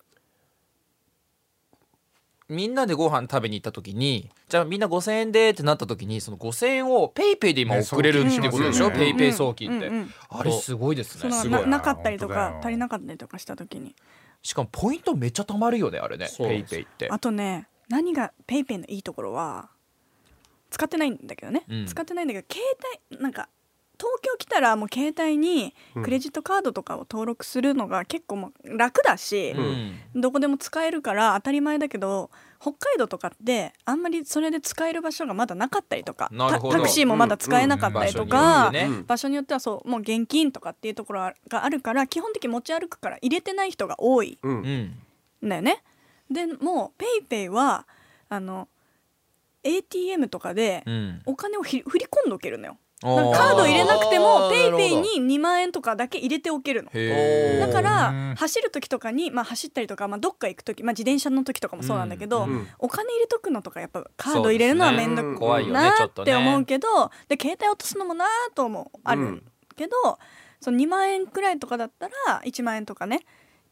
Speaker 2: みんなでご飯食べに行った時にじゃあみんな5,000円でってなった時にその5,000円をペイペイで今
Speaker 1: ね
Speaker 2: 送れるってことでしょ、
Speaker 1: 送金しますよね
Speaker 2: ペイペイ送金って、
Speaker 4: うんうんうん
Speaker 2: あれすごいです
Speaker 4: そ
Speaker 2: ね
Speaker 4: の
Speaker 2: すご
Speaker 4: ないなかったりと
Speaker 1: 本
Speaker 4: か
Speaker 1: 当だよ
Speaker 4: 足りなかったりとかした時に
Speaker 2: しかもポイントめっちゃ貯まるよねあれね
Speaker 3: そう
Speaker 2: ペイペイって
Speaker 4: あとね何がペイペイのいいところは使ってないんだけどね、
Speaker 2: うん
Speaker 4: 使ってないんだけど携帯なんか東京来たらもう携帯にクレジットカードとかを登録するのが結構もう楽だし、
Speaker 2: うん
Speaker 4: どこでも使えるから当たり前だけど北海道とかってあんまりそれで使える場所がまだなかったりとか
Speaker 2: なる
Speaker 4: た
Speaker 2: ほど
Speaker 4: タクシーもまだ使えなかったりとか、
Speaker 2: うんうん場所によってね
Speaker 4: 場所によってはそうもう現金とかっていうところがあるから基本的に持ち歩くから入れてない人が多い
Speaker 3: う
Speaker 2: う
Speaker 3: ん
Speaker 2: ん
Speaker 4: んだよね。でもう PayPay はあの ATM とかで
Speaker 2: うん
Speaker 4: お金をひ振り込んでおけるのよ。なんかカード入れなくても
Speaker 2: あー
Speaker 4: ペイペイ
Speaker 2: なるほ
Speaker 4: に2万円とかだけ入れておけるの
Speaker 2: へー
Speaker 4: だか
Speaker 1: うん
Speaker 4: ら走る時とかに、まあ、走ったりとか、まあ、どっか行く時、まあ、自転車の時とかもそうなんだけど、お金入れとくのとかやっぱカード入れるのは面倒く
Speaker 2: 怖いよね
Speaker 4: な
Speaker 2: ちょ
Speaker 4: ー
Speaker 2: っ
Speaker 4: っ
Speaker 2: とね
Speaker 4: て思うけどで携帯落とすのもなーと思うある、
Speaker 3: うん
Speaker 4: けどその2万円くらいとかだったら1万円とかね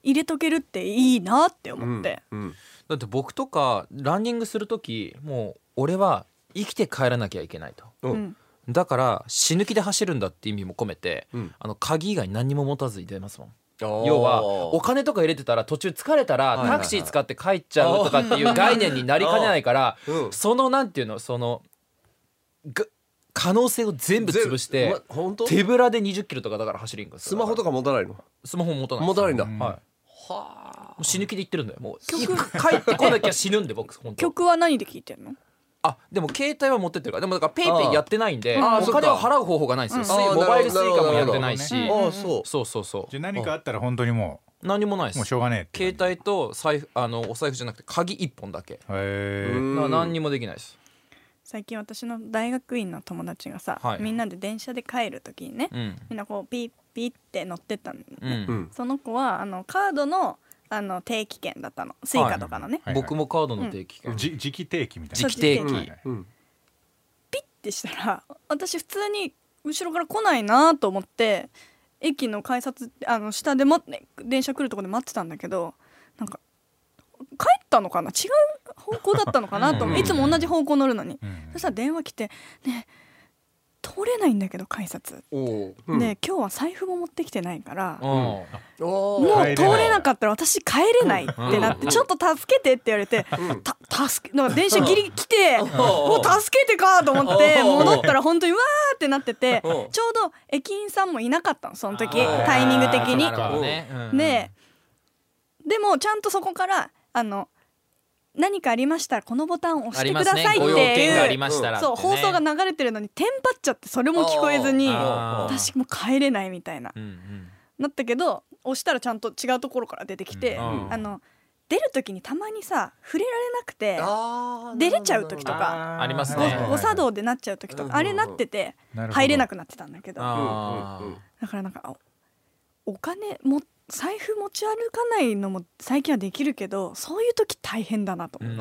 Speaker 4: 入れとけるっていいなって思って、
Speaker 3: うん
Speaker 2: だって僕とかランニングする時もう俺は生きて帰らなきゃいけないと
Speaker 3: うんうん
Speaker 4: うん
Speaker 2: だから死ぬ気で走るんだって意味も込めて、
Speaker 3: うん
Speaker 2: あの鍵以外何にも持たずに出ますもん
Speaker 3: あー
Speaker 2: 要はお金とか入れてたら途中疲れたら
Speaker 3: いはい
Speaker 2: タクシー使って帰っちゃうとかっていう概念になりかねないから
Speaker 3: うん
Speaker 2: そのなんていうのそのが可能性を全部潰して
Speaker 3: ぜま本当
Speaker 2: 手ぶらで2 0キロとかだから走りんか
Speaker 3: スマホと
Speaker 2: か
Speaker 3: か持たないの
Speaker 2: スマホも持たない
Speaker 3: 持たないんだ、
Speaker 1: うん
Speaker 2: はいもう死ぬ気で言ってるんだよもう帰ってこなきゃ死ぬんで僕本当
Speaker 4: 曲は何で聴いてんの
Speaker 2: あでも携帯は持ってってるからでもだからペイペイやってないんで
Speaker 3: あー
Speaker 2: お金を払う方法がないんですよスイ
Speaker 3: あー
Speaker 2: モバイルスイ
Speaker 3: なるほ
Speaker 2: カ
Speaker 3: ど
Speaker 2: もやってないし
Speaker 1: なる
Speaker 3: ああそ
Speaker 2: そうそうそ
Speaker 1: じゃあ何かあったら本当にも
Speaker 2: う何もないで
Speaker 1: うもうし
Speaker 2: す
Speaker 1: ょうがねえって
Speaker 2: 携帯と財布あのお財布じゃなくて鍵一本だけ
Speaker 1: 帯へ
Speaker 3: う
Speaker 1: え
Speaker 3: ん
Speaker 2: な何にもできないです
Speaker 4: 最近私の大学院の友達がさ、
Speaker 2: はい
Speaker 4: みんなで電車で帰る時にね、
Speaker 2: うん
Speaker 4: みんなこうピッピッって乗ってったのね、
Speaker 2: うん、
Speaker 3: うん
Speaker 4: その子はあのカードのあの定期券だったのスイカとかのね、
Speaker 1: はい
Speaker 2: 僕もカードの定期券、
Speaker 1: じ時期定期みたいな
Speaker 2: 時期定期
Speaker 1: はいはい
Speaker 3: うん
Speaker 4: ピッてしたら私普通に後ろから来ないなと思って駅の改札あの下で待って電車来るとこで待ってたんだけどなんか帰ったのかな違う方向だったのかなと思ういつも同じ方向乗るのに、
Speaker 1: ん
Speaker 4: そしたら電話来て「ねえ通れないんだけど改札」
Speaker 3: おおー、うん、
Speaker 4: で今日は財布も持ってきてないから、
Speaker 2: うん
Speaker 3: お
Speaker 4: も
Speaker 3: ー
Speaker 4: う通れなかったら私帰れないってなってちょっと助けてって言われて
Speaker 3: ん
Speaker 4: た助けなんか電車ギリ
Speaker 2: (laughs)
Speaker 4: 来て
Speaker 2: ん
Speaker 4: もう助けてかと思って
Speaker 2: うん
Speaker 4: 戻ったら本当にうわーってなっててち
Speaker 2: うん
Speaker 4: ょうど駅員さんもいなかったのその時
Speaker 2: あー
Speaker 4: タイミング的に
Speaker 2: なる。ほどねうん
Speaker 4: ででもちゃんとそこからあの何かありましたらこのボタンを押
Speaker 2: あ
Speaker 4: して
Speaker 2: り
Speaker 4: く
Speaker 2: ま
Speaker 4: だ
Speaker 2: す
Speaker 4: さ
Speaker 2: ね
Speaker 4: いって
Speaker 2: ご用件があり
Speaker 4: いう
Speaker 2: ましたらって
Speaker 4: そ
Speaker 2: ね、
Speaker 4: う放送が流れてるのにテンパっちゃってそれも聞こえずに
Speaker 2: おーあー
Speaker 4: 私もう帰れないみたいな
Speaker 2: うんうん
Speaker 4: なったけど押したらちゃんと違うところから出てきて、
Speaker 2: うん
Speaker 4: あの出る時にたまにさ触れられなくて
Speaker 3: あー
Speaker 4: 出れちゃう時とか
Speaker 1: ー
Speaker 2: ありますね
Speaker 4: 誤
Speaker 2: はいはいはい
Speaker 4: 誤作動でなっちゃう時と
Speaker 3: うん
Speaker 4: かあれなってて
Speaker 1: なるほど
Speaker 4: 入れなくなってたんだけどだ
Speaker 2: あー
Speaker 3: うんうんうん
Speaker 4: からなんかあお金も財布持ち歩かないのも最近はできるけどそういう時大変だなと思う、
Speaker 2: うん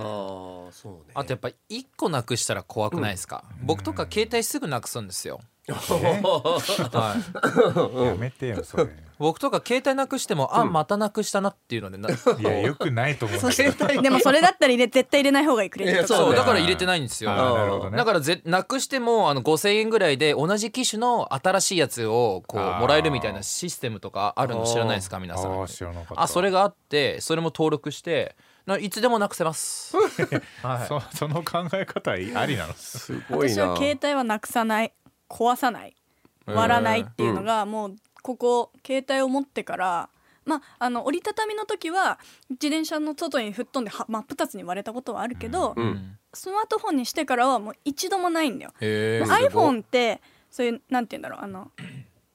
Speaker 3: ああそうね
Speaker 2: あとやっぱ一個なくしたら怖くないですか、僕とか携帯すぐなくすんですよ、はい、
Speaker 1: やめてよそれ
Speaker 2: 僕とか携帯なくしても、あまたなくしたなっていうのでな
Speaker 1: いやよくないと思うんだけど
Speaker 4: でもそれだったら入れ絶対入れない方がいいクレジットカード
Speaker 2: そう
Speaker 3: ね
Speaker 2: だから入れてないんですよ
Speaker 1: あーなるほどね
Speaker 2: だからぜなくしてもあの5,000円ぐらいで同じ機種の新しいやつをこう
Speaker 1: あー
Speaker 2: もらえるみたいなシステムとかあるの知らないですか皆さ
Speaker 1: あ
Speaker 2: ん
Speaker 1: あ知らなかった
Speaker 2: あそれがあってそれも登録してないつでもなくせます、 (laughs) は
Speaker 1: そその考え方はいありなの
Speaker 2: (laughs)
Speaker 3: すごいな
Speaker 4: 私は携帯はなくさない壊さない割らないっていうのがもうここ携帯を持ってから、まあ、あの折りたたみの時は自転車の外に吹っ飛んでは真っ二つに割れたことはあるけど、
Speaker 2: い、
Speaker 3: う
Speaker 2: うんん、
Speaker 4: スマートフォンにしてからはもう一度もないんだよ。
Speaker 2: へ
Speaker 4: もう
Speaker 2: ー
Speaker 4: iPhone ってそういうなんて言うんだろうあの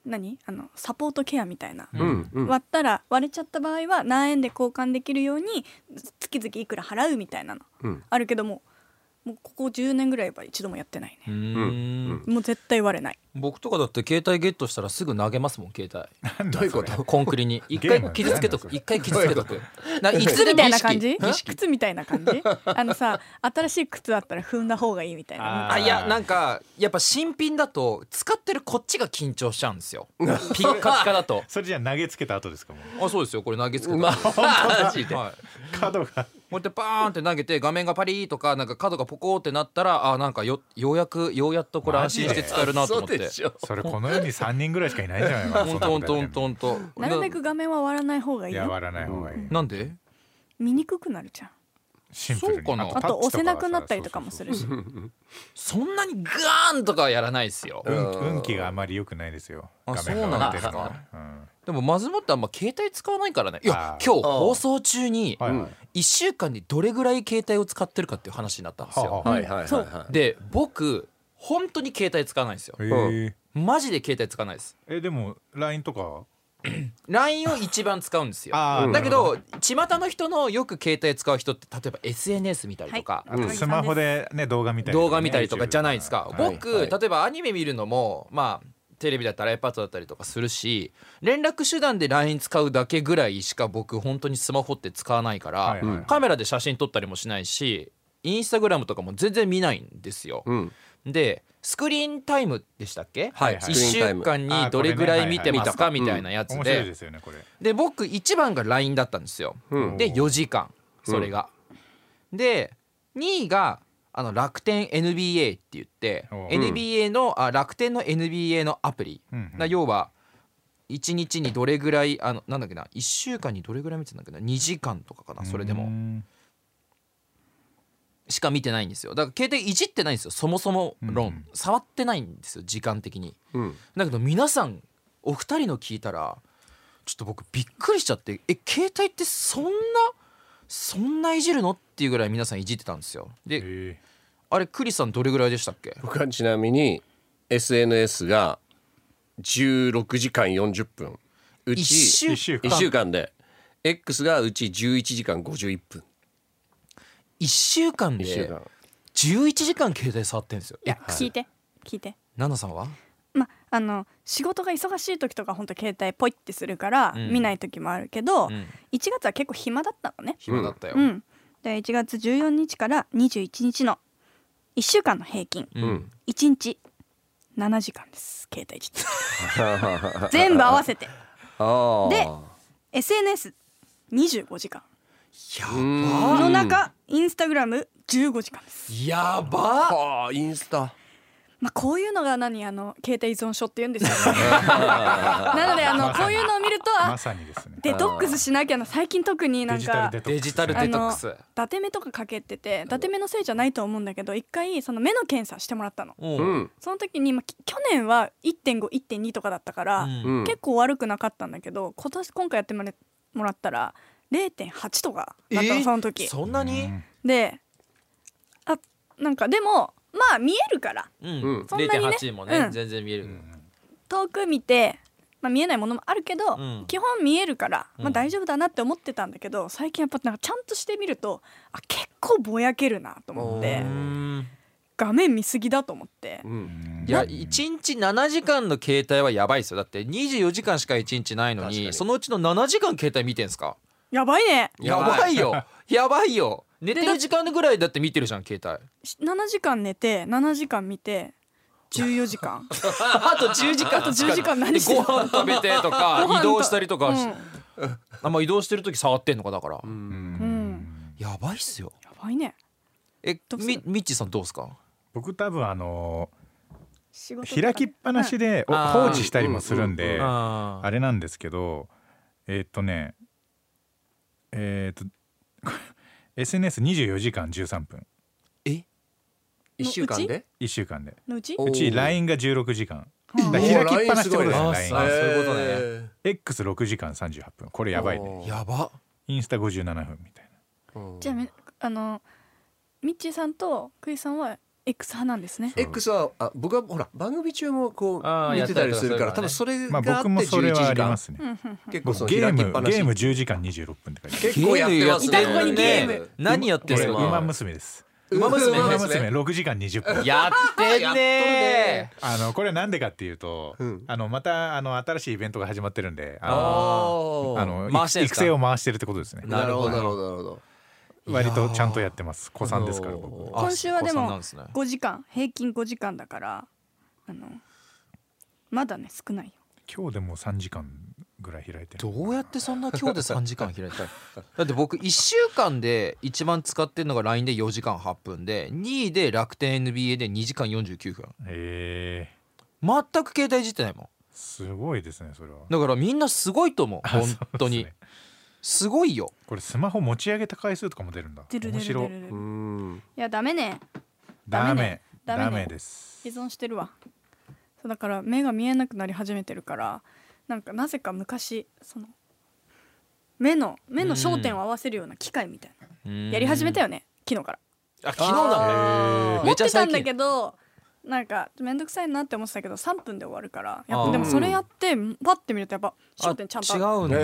Speaker 4: 何あのサポートケアみたいな、
Speaker 3: うんうん
Speaker 4: 割ったら割れちゃった場合は何円で交換できるように月々いくら払うみたいなの
Speaker 3: うん
Speaker 4: あるけどももうここ10年ぐらいは一度もやってないね
Speaker 2: う。ーん
Speaker 4: もう絶対割れ (laughs) ない
Speaker 2: 僕とかだって携帯ゲットしたらすぐ投げますもん携帯
Speaker 3: どういうこと
Speaker 2: コンクリに一
Speaker 1: ゲーム
Speaker 2: 回傷つけとく
Speaker 1: なんだそれ
Speaker 2: 一回傷つけとく
Speaker 4: (laughs)
Speaker 2: ないつ
Speaker 4: 靴
Speaker 2: で
Speaker 4: み
Speaker 2: も
Speaker 4: たい
Speaker 2: 意
Speaker 4: な
Speaker 2: 識
Speaker 4: 感じ
Speaker 2: ん
Speaker 4: 靴みたいな感 (laughs) じあのさ新しい靴だったら踏んだ方がいいみたいな
Speaker 2: あいやなんかやっぱ新品だと使ってるこっちが緊張しちゃうんですよピッカピカだと
Speaker 1: それじゃあ投げつけた後ですかもう
Speaker 2: あそうですよこれ投げつけた
Speaker 3: まあ
Speaker 2: マジで、はい、
Speaker 1: 角
Speaker 2: (laughs)
Speaker 1: が
Speaker 2: こうやってバーンって投げて画面がパリーとかなんか角がポコーってなったらあなんかよようやくようやっとこれ安心して使えるなと思っ
Speaker 3: そう
Speaker 2: て
Speaker 3: でしょ
Speaker 1: それこの世に3人ぐらいしかいないんじゃないか
Speaker 2: ほんとほんとほんとほんと
Speaker 4: なるべく画面は割らない方がいい
Speaker 1: や
Speaker 4: よ
Speaker 1: わらない方がいい
Speaker 2: なんで
Speaker 4: 見にくくなるじゃん
Speaker 1: シンプルに
Speaker 2: そうかな
Speaker 4: あと押せなくなったりとかもするし
Speaker 2: そんなにガーンとかはやらないですよ
Speaker 1: 運運気があまり良くないですよ
Speaker 2: あ
Speaker 1: 画面が割れてるの
Speaker 2: そう
Speaker 1: はうん
Speaker 2: でもまずもってあんま携帯使わないからねいや
Speaker 1: あー
Speaker 2: 今日放送中に
Speaker 1: はいはい
Speaker 2: 1週間にどれぐらい携帯を使ってるかっていう話になったんです
Speaker 1: はあ
Speaker 2: よ
Speaker 1: は
Speaker 3: はいはいはいは
Speaker 2: で僕本当に携帯使わないんですよ
Speaker 1: へー
Speaker 2: マジで携帯使わないです
Speaker 1: えでも LINE とか
Speaker 2: LINE を一番使うんですよ
Speaker 1: あー
Speaker 2: だけど巷の人のよく携帯使う人って例えば SNS 見たりとか、
Speaker 4: はい
Speaker 1: スマホでね動画見たりとかね
Speaker 2: 動画見たりとかじゃないですか、
Speaker 1: YouTube
Speaker 2: 僕、
Speaker 3: はい
Speaker 2: 例えばアニメ見るのもまあテレビだったら iPad だったりとかするし連絡手段で LINE 使うだけぐらいしか僕本当にスマホって使わないから、
Speaker 1: はいはい
Speaker 2: カメラで写真撮ったりもしないしインスタグラムとかも全然見ないんですよ。
Speaker 3: うん
Speaker 2: でスクリーンタイムでしたっけ、
Speaker 3: はい
Speaker 2: 1
Speaker 3: スクリー
Speaker 2: 週
Speaker 3: ンタ
Speaker 2: 間
Speaker 1: ム
Speaker 2: にどれぐらい見てます
Speaker 3: あ
Speaker 2: か
Speaker 3: これ
Speaker 2: み
Speaker 3: ね
Speaker 2: た
Speaker 3: はいはい
Speaker 2: いなやつ
Speaker 1: 面白い
Speaker 2: で
Speaker 1: ですよねこれ
Speaker 2: で僕1番が LINE だったんですよ、
Speaker 3: うん
Speaker 2: で4時間それが、で2位があの楽天 NBA って言って、
Speaker 1: おう
Speaker 2: NBA のあ楽天の NBA のアプリ、
Speaker 1: うんうん
Speaker 2: だ要は1日にどれぐらいあのなんだっけな1週間にどれぐらい見てたんだっけな2時間とかかなそれで
Speaker 1: う
Speaker 2: も
Speaker 1: ん
Speaker 2: しか見てないんですよだから携帯いじってないんですよそもそも論、
Speaker 1: うんうん
Speaker 2: 触ってないんですよ時間的に
Speaker 3: うん
Speaker 2: だけど皆さんお二人の聞いたらちょっと僕びっくりしちゃってえ携帯ってそんなそんないじるのっていうぐらい皆さんいじってたんですよで
Speaker 1: へ
Speaker 2: あれクリスさんどれぐらいでしたっけ
Speaker 3: 僕はちなみに SNS が16時間40分うち
Speaker 2: 一
Speaker 1: 間
Speaker 2: 週
Speaker 1: 一週間
Speaker 3: 一週間で X がうち11時間51分
Speaker 2: 1週間
Speaker 3: 一週
Speaker 2: で
Speaker 3: 間
Speaker 2: 11時間携帯触ってんですよ
Speaker 4: いや
Speaker 2: え
Speaker 4: 聞いて聞いて
Speaker 2: ナナさんは
Speaker 4: まあの仕事が忙しい時とか本当携帯ポイってするから
Speaker 2: うん
Speaker 4: 見ない時もあるけ
Speaker 2: う
Speaker 4: ど、1
Speaker 2: ん
Speaker 4: 月は結構暇だったのね
Speaker 2: 暇だったよ
Speaker 4: うんで1月14日から21日の1週間の平均
Speaker 2: うん
Speaker 3: うん
Speaker 4: 1日7時間です携帯実
Speaker 2: (laughs)
Speaker 4: 全部合わせて
Speaker 3: ああ
Speaker 4: で SNS25 時間
Speaker 2: や
Speaker 4: こ
Speaker 2: ば
Speaker 4: の中インスタグラム15時間です、
Speaker 2: やば
Speaker 3: ああインスタ
Speaker 4: まあ、こういうのが何あの携帯依存症って言うんですよね
Speaker 2: (laughs)
Speaker 4: なのであのこういうのを見るとあ
Speaker 1: まさにですね
Speaker 4: デトックスしなきゃな最近特にな
Speaker 1: デ
Speaker 4: ん
Speaker 1: ジタ
Speaker 4: か
Speaker 1: ルデトックス
Speaker 2: デジタルデトックス
Speaker 4: あの伊達目とかかけてて伊達目のせいじゃないと思うんだけど一回その目の検査してもらったの
Speaker 2: う
Speaker 3: うんん
Speaker 4: その時に、まあ、き去年は1.51.2とかだったから、
Speaker 2: うん
Speaker 3: うん
Speaker 4: 結構悪くなかったんだけど今年今回やってもらもらったら0.8とかだったの
Speaker 2: え
Speaker 4: その時
Speaker 2: そんなに
Speaker 4: であなんかでもまあ見えるから
Speaker 2: うん
Speaker 3: うん
Speaker 4: そんなにね
Speaker 2: 0.8もね
Speaker 4: うん
Speaker 2: 全然見える
Speaker 4: 遠く見て、まあ、見えないものもあるけど、
Speaker 2: うん
Speaker 4: 基本見えるから、
Speaker 2: うん
Speaker 4: まあ、大丈夫だなって思ってたんだけど、最近やっぱなんかちゃんとしてみるとあ結構ぼやけるなと思って
Speaker 2: うん
Speaker 4: 画面見すぎだと思って
Speaker 3: う。ん
Speaker 2: いや1日7時間の携帯はやばいですよだって24時間しか1日ないの
Speaker 3: 確
Speaker 2: に
Speaker 3: かに
Speaker 2: そのうちの7時間携帯見てんすか
Speaker 4: やばいね
Speaker 2: や
Speaker 3: やばい
Speaker 2: ばい
Speaker 4: (laughs)
Speaker 2: よやばいよ寝てる時間ぐらいだって見てるじゃん携帯
Speaker 4: 7時間寝て7時間見て14時間
Speaker 2: (laughs) あと10時間
Speaker 4: あと10時間
Speaker 2: で
Speaker 4: 何して
Speaker 2: ご
Speaker 4: る
Speaker 2: 飯食べてとか
Speaker 4: ご飯と
Speaker 2: 移動したりとかし
Speaker 4: うん
Speaker 2: あまあ移動してる時触ってんのかだから
Speaker 4: うん、
Speaker 2: やばいっすよ
Speaker 4: やばいね
Speaker 2: え
Speaker 4: どうする
Speaker 2: みみっちーさんどうっすか
Speaker 1: 僕多分あの
Speaker 4: 仕事とかね
Speaker 1: 開きっぱなしでお
Speaker 2: あー
Speaker 1: 放置したりもするんで
Speaker 2: あ
Speaker 1: あれなんですけどえーっとねえーっと (laughs) SNS24 時間13分
Speaker 2: え
Speaker 3: 一週間で
Speaker 1: 1週間で
Speaker 4: のうち
Speaker 3: お
Speaker 1: うち
Speaker 3: おー
Speaker 1: LINE が16時間
Speaker 4: うん
Speaker 1: だから開きっぱなしってことですよ
Speaker 2: おー LINE
Speaker 1: LINE
Speaker 2: すごいねあーそういうことね
Speaker 3: え
Speaker 1: X6 時間38分これやばいね
Speaker 3: おー
Speaker 2: やば
Speaker 1: インスタ57分みたい
Speaker 3: ー
Speaker 4: じゃあめあのミッチーさんとクイさんは X 派なんですね
Speaker 3: X はあ僕はほら番組中もこ
Speaker 2: あ
Speaker 3: う
Speaker 2: ー
Speaker 3: 見てたりするから
Speaker 2: やったりと
Speaker 3: 多分
Speaker 2: か
Speaker 3: それ
Speaker 1: なま
Speaker 3: が
Speaker 1: あ
Speaker 3: あっ
Speaker 1: 僕
Speaker 3: て
Speaker 1: もそれ
Speaker 3: 11
Speaker 1: はあ
Speaker 3: 時
Speaker 1: りま
Speaker 3: 間
Speaker 1: すね
Speaker 3: 結構
Speaker 1: 僕
Speaker 3: その
Speaker 1: ゲー
Speaker 3: 開きっ
Speaker 1: ム
Speaker 3: ぱなし
Speaker 1: ゲーム10時間26分って書いてある
Speaker 3: 結構やってます
Speaker 4: ゲームやってるねいたここにゲーム
Speaker 2: 何やって
Speaker 1: これ
Speaker 2: る
Speaker 1: ウ
Speaker 3: 俺
Speaker 1: マ
Speaker 2: の
Speaker 1: 娘です
Speaker 3: ウマ娘
Speaker 1: ウマ娘6時間20分
Speaker 2: やってん
Speaker 3: や
Speaker 2: ね
Speaker 3: っとるね
Speaker 1: あのこれなんでかっていうと、
Speaker 3: うん
Speaker 1: あのまたあの新しいイベントが始まってるんであの
Speaker 2: あ
Speaker 1: あの
Speaker 2: 回してんす
Speaker 1: 育
Speaker 2: か
Speaker 1: 成を回してるってことですね
Speaker 3: なるほどなるほどなるほど
Speaker 1: 割とちゃんとやってます子さんですから僕
Speaker 3: あ
Speaker 4: 今週はで
Speaker 2: お子さんな
Speaker 4: も
Speaker 2: んすね
Speaker 4: 5時間平均5時間だからあのまだね少ないよ
Speaker 1: 今日でもう3時間ぐらい開いてる
Speaker 2: どうやってそんな今日で3時間開いただって僕1週間で一番使ってるのが LINE で4時間8分で2位で楽天 NBA で2時間49分
Speaker 1: えー、
Speaker 2: 全く携帯いじってないもん
Speaker 1: すごいですねそれは
Speaker 2: だからみんなすごいと思う
Speaker 1: あそう
Speaker 2: 本
Speaker 1: ですね
Speaker 2: 当にすごいよ
Speaker 1: (laughs) これスマホ持ち上げた回数とかも出るんだ
Speaker 4: 出る出
Speaker 1: 面
Speaker 4: る出
Speaker 1: 白
Speaker 4: る出
Speaker 3: う
Speaker 4: る
Speaker 3: ん
Speaker 4: いやダメね
Speaker 1: ダ
Speaker 4: ダメ
Speaker 1: メ
Speaker 4: ね
Speaker 1: ダメ
Speaker 4: ダメね
Speaker 1: です
Speaker 4: 依存してるわそうだから目が見えなくなり始めてるからなんかなぜか昔その目の目の焦点を合わせるような機械みたいな、や
Speaker 2: や
Speaker 4: り始めた
Speaker 2: よ
Speaker 4: よね昨日から
Speaker 2: あ昨日だね
Speaker 3: あー
Speaker 2: め
Speaker 4: 持
Speaker 2: っ
Speaker 4: っ
Speaker 2: ちゃ
Speaker 4: てた
Speaker 2: 最
Speaker 4: ん
Speaker 2: 近
Speaker 4: だけどなんか面倒くさいなって思ってたけど3分で終わるからやっ
Speaker 2: あー
Speaker 4: ぱでもそれやってパッて見るとやっぱ『焦点』ちゃんとあ
Speaker 2: 違
Speaker 4: るだ
Speaker 2: うんだ
Speaker 3: へ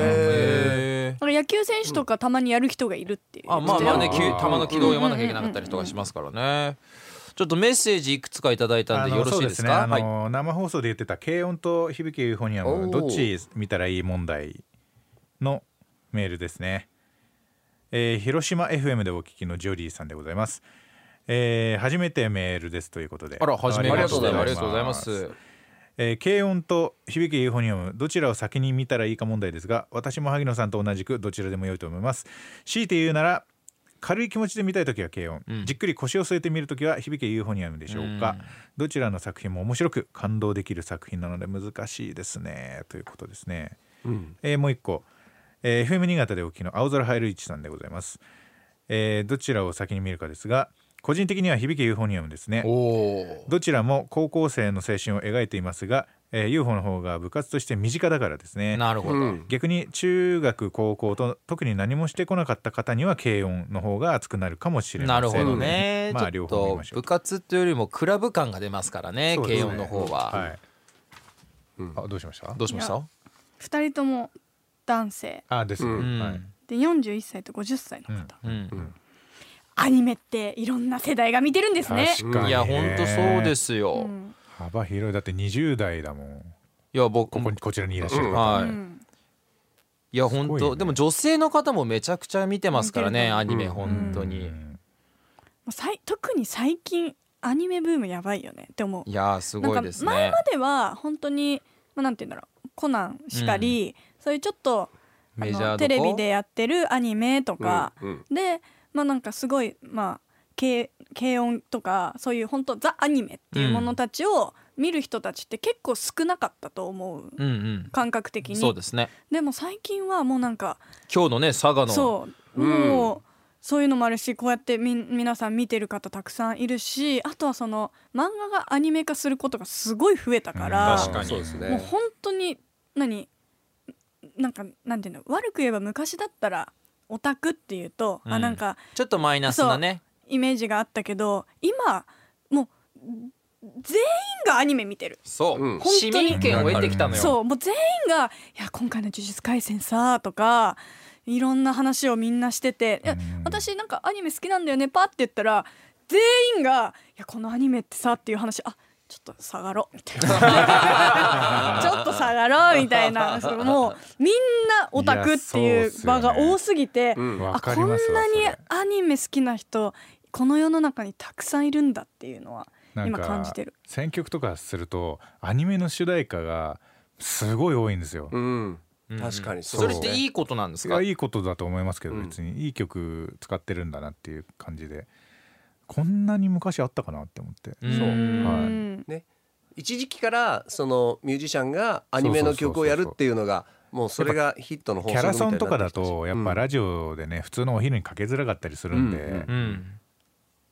Speaker 3: ー
Speaker 2: へ
Speaker 4: から野球選手とかたまにやる人がいるっていう
Speaker 2: ーあまあまあね
Speaker 3: うん
Speaker 2: 球球の軌道を読まなきゃいけなかったりとかしますからねちょっとメッセージいくつかいただいたんでよろしいですか
Speaker 1: あのそうですねあの、生放送で言ってた軽音と響きユーフォニア
Speaker 3: おー
Speaker 1: ムどっち見たらいい問題のメールですね、えー広島 FM でお聞きのジョリーさんでございます、えー初めてメールですということで
Speaker 2: あら初めましてあ
Speaker 3: あ
Speaker 2: りが
Speaker 3: りが
Speaker 2: と
Speaker 3: と
Speaker 2: うござい
Speaker 3: うござい
Speaker 2: ま
Speaker 3: ます
Speaker 1: えー軽音と響きユーフォニアムどちらを先に見たらいいか問題ですが私も萩野さんと同じくどちらでも良いと思います強いて言うなら軽い気持ちで見たい時は軽音、じっくり腰を据えて見る時は響きユーフォニアムでしょうか、どちらの作品も面白く感動できる作品なので難しいですねということですね、えーもう一個、えー FM 新潟でお聞きの青空ハイルイチさんでございます、えーどちらを先に見るかですが個人的には響きユーフォニアムですね
Speaker 2: おお
Speaker 1: どちらも高校生の青春を描いていますが、えー UFO の方が部活として身近だからですね
Speaker 2: なるほど、
Speaker 1: 逆に中学高校と特に何もしてこなかった方には軽音の方が熱くなるかもしれ
Speaker 2: な
Speaker 1: ません
Speaker 2: るほどね、
Speaker 1: まあ
Speaker 2: ちょ
Speaker 1: 両
Speaker 2: っ
Speaker 1: 方見
Speaker 2: と
Speaker 1: ましょう
Speaker 2: 部活というよりもクラブ感が出ますからね
Speaker 1: そうです
Speaker 2: 慶
Speaker 1: ね
Speaker 2: 応、の方は、
Speaker 1: はいあどうしました
Speaker 2: どうしまし
Speaker 4: い
Speaker 2: た
Speaker 4: 2人とも男性
Speaker 1: あですね、
Speaker 2: うん
Speaker 1: はい
Speaker 4: で41歳と50歳の方、
Speaker 2: うん、
Speaker 4: アニメっていろんな世代が見てるんですね
Speaker 1: 確かにね
Speaker 2: いやほんとそうですよ、
Speaker 4: うん
Speaker 1: 幅広いだって20代だもん
Speaker 2: いや僕
Speaker 1: ここにこちらにいらっしゃる方、
Speaker 2: はい、
Speaker 4: うん
Speaker 2: いや本
Speaker 1: すごい
Speaker 2: 当、
Speaker 1: ね
Speaker 2: でも女性の方もめちゃくちゃ見てますから
Speaker 4: 見て
Speaker 2: ね
Speaker 4: る
Speaker 2: アニメ本当に、
Speaker 1: うん
Speaker 4: もうさい特に最近アニメブームやばいよねって思う
Speaker 2: いやーすごいです
Speaker 4: なんか前
Speaker 2: ね
Speaker 4: までは本当に、まあ、なんて言うんだろうコナンしかり、そういうちょっとあ
Speaker 2: メジャーどこ
Speaker 4: のテレビでやってるアニメとか、
Speaker 3: うんうん
Speaker 4: でまあなんかすごいまあ軽軽音とかそういう本当ザアニメっていうものたちを見る人たちって結構少なかったと思う
Speaker 2: うん
Speaker 4: 感覚
Speaker 2: う
Speaker 4: 的
Speaker 2: ん
Speaker 4: に
Speaker 2: そうですね
Speaker 4: でも最近はもうなんか
Speaker 2: 今日のね佐賀の
Speaker 4: そう、
Speaker 3: うん
Speaker 4: もうそういうのもあるしこうやってみん皆さん見てる方たくさんいるしあとはその漫画がアニメ化することがすごい増えたから、
Speaker 1: うん確かに
Speaker 3: そうですね
Speaker 4: もう本当に何なんかなんていうの悪く言えば昔だったらオタクっていうと、
Speaker 2: う
Speaker 4: あ
Speaker 2: ん
Speaker 4: なんか
Speaker 2: ちょっとマイナスなね
Speaker 4: イメージがあったけど今もう全員がアニメ見てる。
Speaker 2: そう
Speaker 3: うん
Speaker 2: 市民権を得てきたのよ
Speaker 4: そうもう全員が「いや今回の呪術廻戦さ」とかいろんな話をみんなしてて「いや
Speaker 1: うん
Speaker 4: 私なんかアニメ好きなんだよね」パって言ったら全員が「いやこのアニメってさ」っていう話あちょっと下がろうみたい
Speaker 1: (laughs)
Speaker 4: なちょっと下がろうみたいなそうもうみんなオタク
Speaker 1: い
Speaker 4: って
Speaker 1: やそう
Speaker 4: い
Speaker 1: っ
Speaker 4: う
Speaker 1: すよね
Speaker 4: 場が多すぎて、
Speaker 3: うん
Speaker 1: わ
Speaker 4: あ
Speaker 1: か
Speaker 4: こ
Speaker 1: り
Speaker 4: んな
Speaker 1: ま
Speaker 4: に
Speaker 1: すわそれ
Speaker 4: アニメ好きな人この世の中にたくさんいるんだっていうのは
Speaker 1: なん
Speaker 4: 今
Speaker 1: か
Speaker 4: 感じてる。
Speaker 1: 選曲とかするとアニメの主題歌がすごい多いんですよ。
Speaker 3: うん
Speaker 2: うん
Speaker 3: 確かに
Speaker 2: それっ
Speaker 3: うで
Speaker 2: て
Speaker 3: すね
Speaker 2: いいことなんで
Speaker 1: そ
Speaker 2: す
Speaker 1: れ
Speaker 2: か
Speaker 1: はいいことだと思いますけど、
Speaker 3: うん
Speaker 1: 別にいい曲使ってるんだなっていう感じでこんなに昔あったかなって思って、
Speaker 2: うん
Speaker 3: そう
Speaker 4: うん
Speaker 3: 一時期からそのミュージシャンがアニメの曲をやるっていうのがもうそれがヒットの方
Speaker 1: キャラソンとかだとやっぱラジオでね、普通のお昼にかけづらかったりするんで、
Speaker 3: うん
Speaker 2: うん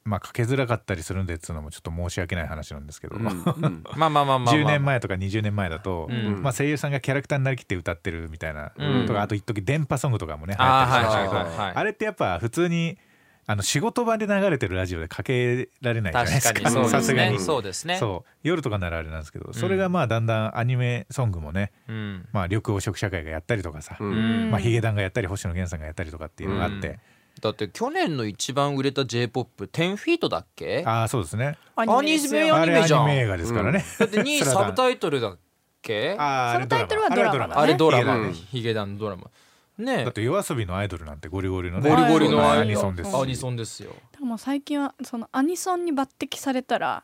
Speaker 1: まあかけづらかったりするんでっつうのもちょっと申し訳ない話なんですけど、
Speaker 2: まあまあまあまあまあ
Speaker 1: 10年前とか20年前だと、
Speaker 2: うん
Speaker 1: まあ、声優さんがキャラクターになりきって歌ってるみたいな、
Speaker 2: うん
Speaker 1: とかあと一時電波ソングとかもね流行
Speaker 2: あ
Speaker 1: っ
Speaker 2: ー
Speaker 1: たりしましたけどあ,、
Speaker 2: はいはいはい
Speaker 1: れってやっぱ普通にあの仕事場で流れてるラジオでかけられないじゃないです
Speaker 2: 確か
Speaker 1: か
Speaker 2: にそうで
Speaker 1: さ
Speaker 2: す
Speaker 1: すが
Speaker 2: ね
Speaker 1: に。
Speaker 2: そうですね
Speaker 1: そう夜とかならあれなんですけどそれがまあだんだんアニメソングもね、
Speaker 2: うん
Speaker 1: まあ、緑黄色社会がやったりとかさ、
Speaker 3: うん
Speaker 4: うん
Speaker 1: まあ、ヒゲダンがやったり星野源さんがやったりとかっていうのがあって、
Speaker 2: だって去年の一番売れた J−POP 10フィートだっけ
Speaker 1: ああそうですね
Speaker 4: アですよ
Speaker 2: アニメ
Speaker 1: あれ
Speaker 2: や
Speaker 1: ア
Speaker 2: じゃん
Speaker 1: ニメ映画ですからね、
Speaker 2: だって2位サブタイトルだっけあ
Speaker 1: (laughs) あーあれドラマ
Speaker 4: サブタイトルはドラマだね
Speaker 2: れドラ
Speaker 1: ヒゲダン
Speaker 2: マねヒゲダンのドラマね
Speaker 1: だって夜遊びのアイドルなんてゴリゴリのね
Speaker 2: ゴリゴリの
Speaker 1: ア
Speaker 2: ア
Speaker 1: ニ
Speaker 2: ニ
Speaker 1: ソ
Speaker 2: ソ
Speaker 1: ン
Speaker 2: ン
Speaker 1: で
Speaker 2: ですす
Speaker 1: し
Speaker 2: よアニソンですよ
Speaker 4: でも最近はそのアニソンに抜擢されたら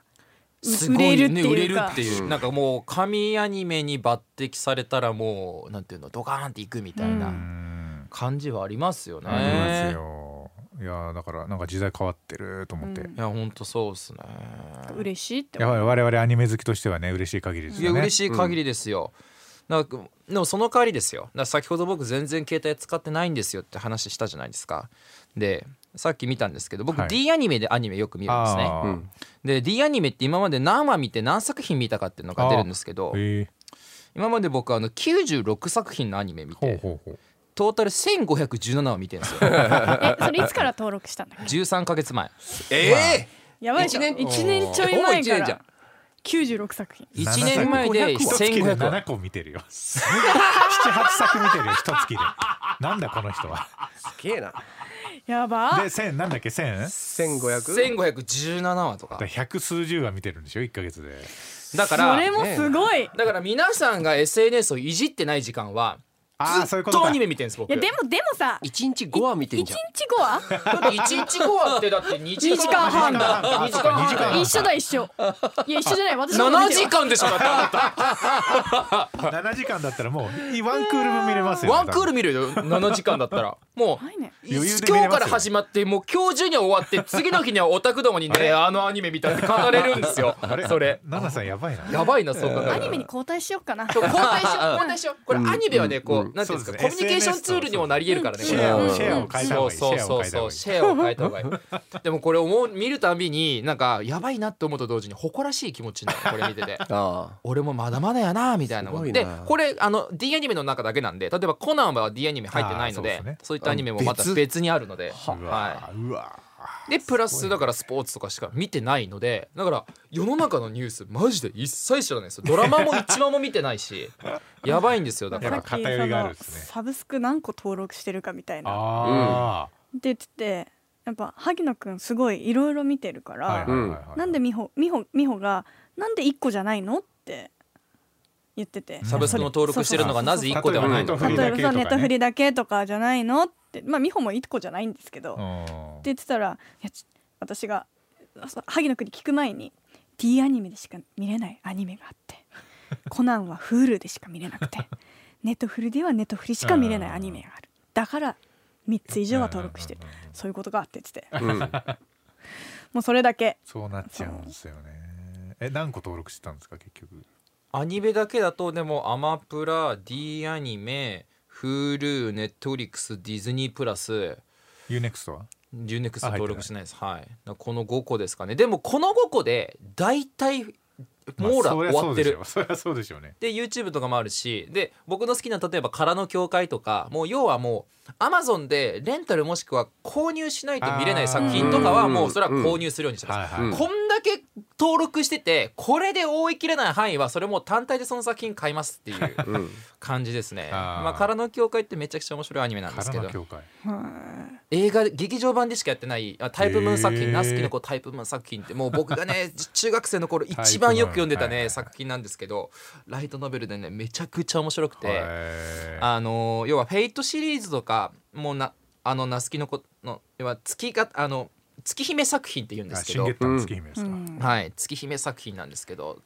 Speaker 4: う
Speaker 2: す
Speaker 4: 売
Speaker 2: ご
Speaker 4: れ
Speaker 2: い
Speaker 4: るっ
Speaker 2: ね
Speaker 4: て
Speaker 2: 売れ
Speaker 4: いう
Speaker 2: る
Speaker 4: か
Speaker 2: っていうなんかもう神アニメに抜擢されたらもうなんていうのドカーンっていくみたいうなん感じはありますよね
Speaker 1: ありますよいやーだからなんか時代変わってると思って、
Speaker 2: いやほんとそうですね
Speaker 4: 嬉しいって
Speaker 1: や
Speaker 4: 思う
Speaker 1: はり我々アニメ好きとしてはね嬉しい限りです
Speaker 2: いや
Speaker 1: よね
Speaker 2: 嬉しい限りですよ、なんかでもその代わりですよだから先ほど僕全然携帯使ってないんですよって話したじゃないですかでさっき見たんですけど僕
Speaker 1: はい
Speaker 2: D アニメでアニメよく見るんですね、
Speaker 1: あー
Speaker 2: で D アニメって今まで何話見て何作品見たかっていうのが出るんですけど
Speaker 1: えー
Speaker 2: 今まで僕あの96作品のアニメ見
Speaker 1: ほう
Speaker 2: て
Speaker 1: ほうほう
Speaker 2: トータル1517話見てるんです
Speaker 1: (laughs)
Speaker 2: よ
Speaker 4: えそれいつから登録したんだっ
Speaker 2: 13か月前
Speaker 3: ええ
Speaker 4: けやばいじゃん
Speaker 3: 一年
Speaker 4: 1年ちょ
Speaker 3: ほ
Speaker 4: い
Speaker 3: ぼ
Speaker 4: 前
Speaker 3: 一年
Speaker 4: か
Speaker 3: じゃん
Speaker 4: ら96作品
Speaker 2: 1年前で
Speaker 1: 一月で
Speaker 2: 1500話
Speaker 1: 7個見てるよ78作見てるよ一月でなんだこの人は
Speaker 3: すげえな
Speaker 4: やば
Speaker 1: で1000なんだっけ 1000?
Speaker 3: 1500
Speaker 2: 1517話とか
Speaker 1: 百数十話見てるんでしょ1か月で
Speaker 2: だか
Speaker 4: そ
Speaker 2: ら
Speaker 4: れもすごいい
Speaker 2: だから皆さんが SNS をいじってない時間は
Speaker 1: ああそういうこと
Speaker 2: どう
Speaker 1: か
Speaker 2: アニメ見てるんです僕
Speaker 4: やでもでもさ
Speaker 3: 一日5話見て
Speaker 4: 1
Speaker 3: ん
Speaker 4: 日
Speaker 3: じゃん
Speaker 4: 5話
Speaker 2: (laughs) だって1日後はってだって2時
Speaker 4: 二時間
Speaker 2: 間
Speaker 4: 半
Speaker 2: 半
Speaker 4: だ
Speaker 2: だ2
Speaker 1: 二
Speaker 2: 時間
Speaker 1: 時
Speaker 2: 半
Speaker 1: 間半
Speaker 2: だ
Speaker 1: か
Speaker 4: 一緒だ一緒いや一緒じゃない私の方が
Speaker 2: 7
Speaker 4: 見て
Speaker 2: 時
Speaker 4: る
Speaker 2: 間でしょだってあなた
Speaker 1: 7時間だったらもういワンクール分見れますよね
Speaker 2: ワンクール見るよ7時間だったらも
Speaker 4: やばいね
Speaker 2: う
Speaker 1: 余裕で見れますよ
Speaker 2: 今日から始まってもう今日中には終わって次の日にはオタクどもにねあのアニメ見たって語れるんですよ
Speaker 1: (laughs) 多分あれ
Speaker 2: それ
Speaker 1: ナナさんやばいな
Speaker 2: やばいなそう考えたら
Speaker 4: アニメに交代しようかな
Speaker 2: そう交代しよう交代しようこれアニメはねこうなんていうん
Speaker 1: そうで
Speaker 2: です
Speaker 1: す
Speaker 2: か
Speaker 1: ね
Speaker 2: コミュニケーションツールにもなり得るからね
Speaker 1: シ
Speaker 2: これ
Speaker 1: ェア
Speaker 2: は
Speaker 1: をシェアを変えた方
Speaker 2: そう
Speaker 1: がいい
Speaker 2: そうそう
Speaker 1: シェア
Speaker 2: そ
Speaker 1: を変えた方
Speaker 2: う
Speaker 1: がいい
Speaker 2: シェアを変えた方がいいでもこれ思う見るたびになんかやばいなって思うと同時に誇らしい気持ちになるこれ見てて
Speaker 3: あ
Speaker 2: 俺もまだまだやなみたいなこと
Speaker 3: すごい
Speaker 2: で
Speaker 3: な
Speaker 2: これあの D アニメの中だけなんで例えばコナンは D アニメ入ってないの
Speaker 1: あー
Speaker 2: で
Speaker 1: そ
Speaker 2: そうう
Speaker 1: ですね
Speaker 2: いったアニメもまた
Speaker 3: 別
Speaker 2: 別にあるので、
Speaker 1: う
Speaker 2: は
Speaker 1: わうわ
Speaker 2: い、でプラスだからスポーツとかしか見てないのでだから世の中のニュースマジで一切知らないですよドラマも一話も見てないしやばいんですよだか
Speaker 1: や
Speaker 2: ら
Speaker 1: っぱ偏りがあるんですね
Speaker 4: さっきそのサブスク何個登録してるかみたいなっ
Speaker 1: あ
Speaker 4: て言っててやっぱ萩野くんすごいいろいろ見てるか
Speaker 1: あ
Speaker 4: ら、
Speaker 1: はいはいはいはい
Speaker 4: なんで美穂美穂美穂がなんで一個じゃないのって言ってて
Speaker 2: サブスクの登録してるのがなぜ1個ではないのか
Speaker 1: 例
Speaker 4: 例
Speaker 1: え
Speaker 4: え
Speaker 1: ば
Speaker 4: ば
Speaker 1: ネットフリだけとかね
Speaker 4: そうネットフリだけとかじゃないのってまあ美穂も一個じゃないんですけ
Speaker 1: う
Speaker 4: ど、って
Speaker 1: ん
Speaker 4: 言ってたらいやち私がそう萩野くんに聞く前に D アニメでしか見れないアニメがあって「コナン」は Hulu でしか見れなくて「ネットフリ」ではネットフリしか見れないアニメがあるだから3つ以上は登録してる
Speaker 1: うんうんうんうん
Speaker 4: そういうことがあってって言って
Speaker 3: あうん
Speaker 4: もうそれだけ
Speaker 1: そうなっちゃうんですよねえ何個登録してたんですか結局
Speaker 2: アニメだけだとでもアマプラ D アニメ Hulu ネットリックスディズニープラス
Speaker 1: UNEXT は
Speaker 2: UNEXT
Speaker 1: あ入ってない
Speaker 2: 登録してないですはいだからこの5個ですかねでもこの5個で大体網
Speaker 1: まあ
Speaker 2: 羅
Speaker 1: そりゃ
Speaker 2: 終
Speaker 1: そ
Speaker 2: わ
Speaker 1: う
Speaker 2: っ
Speaker 1: で
Speaker 2: て
Speaker 1: し
Speaker 2: る
Speaker 1: ょうそりゃそうでしょうね
Speaker 2: で YouTube とかもあるしで僕の好きな例えば空の教会とかもう要はもう Amazon でレンタルもしくは購入しないと見れない作品とかは
Speaker 3: あー
Speaker 2: もうそれは購入するようにしてます、
Speaker 1: はいはい
Speaker 3: うん
Speaker 2: こんだけ登録しててこれで覆いきれない範囲はそれもう単体でその作品買いますっていう
Speaker 3: うん
Speaker 2: 感じですね
Speaker 1: あー
Speaker 2: まあ空の教会ってめちゃくちゃ面白いアニメなんですけ
Speaker 1: 空
Speaker 2: ど
Speaker 1: の教会
Speaker 2: 映画劇場版でしかやってないあタイプムーン作
Speaker 1: へー
Speaker 2: 品ナスキの子タイプムーン作品ってもう僕
Speaker 1: (laughs)
Speaker 2: がねじ中学生の頃一番よく読んでた
Speaker 1: タイプムーンはいは
Speaker 2: ね
Speaker 1: い
Speaker 2: 作品なんですけどライトノベルでねめちゃくちゃ面白くて
Speaker 1: へー
Speaker 2: あのー要は「フェイト」シリーズとかもうなあのナスキの子の要は月があの月姫作品って言うんで
Speaker 1: あ
Speaker 2: すけ
Speaker 1: 新
Speaker 2: ど
Speaker 1: 月の月姫ですか、
Speaker 2: はい、月姫作品なんですけど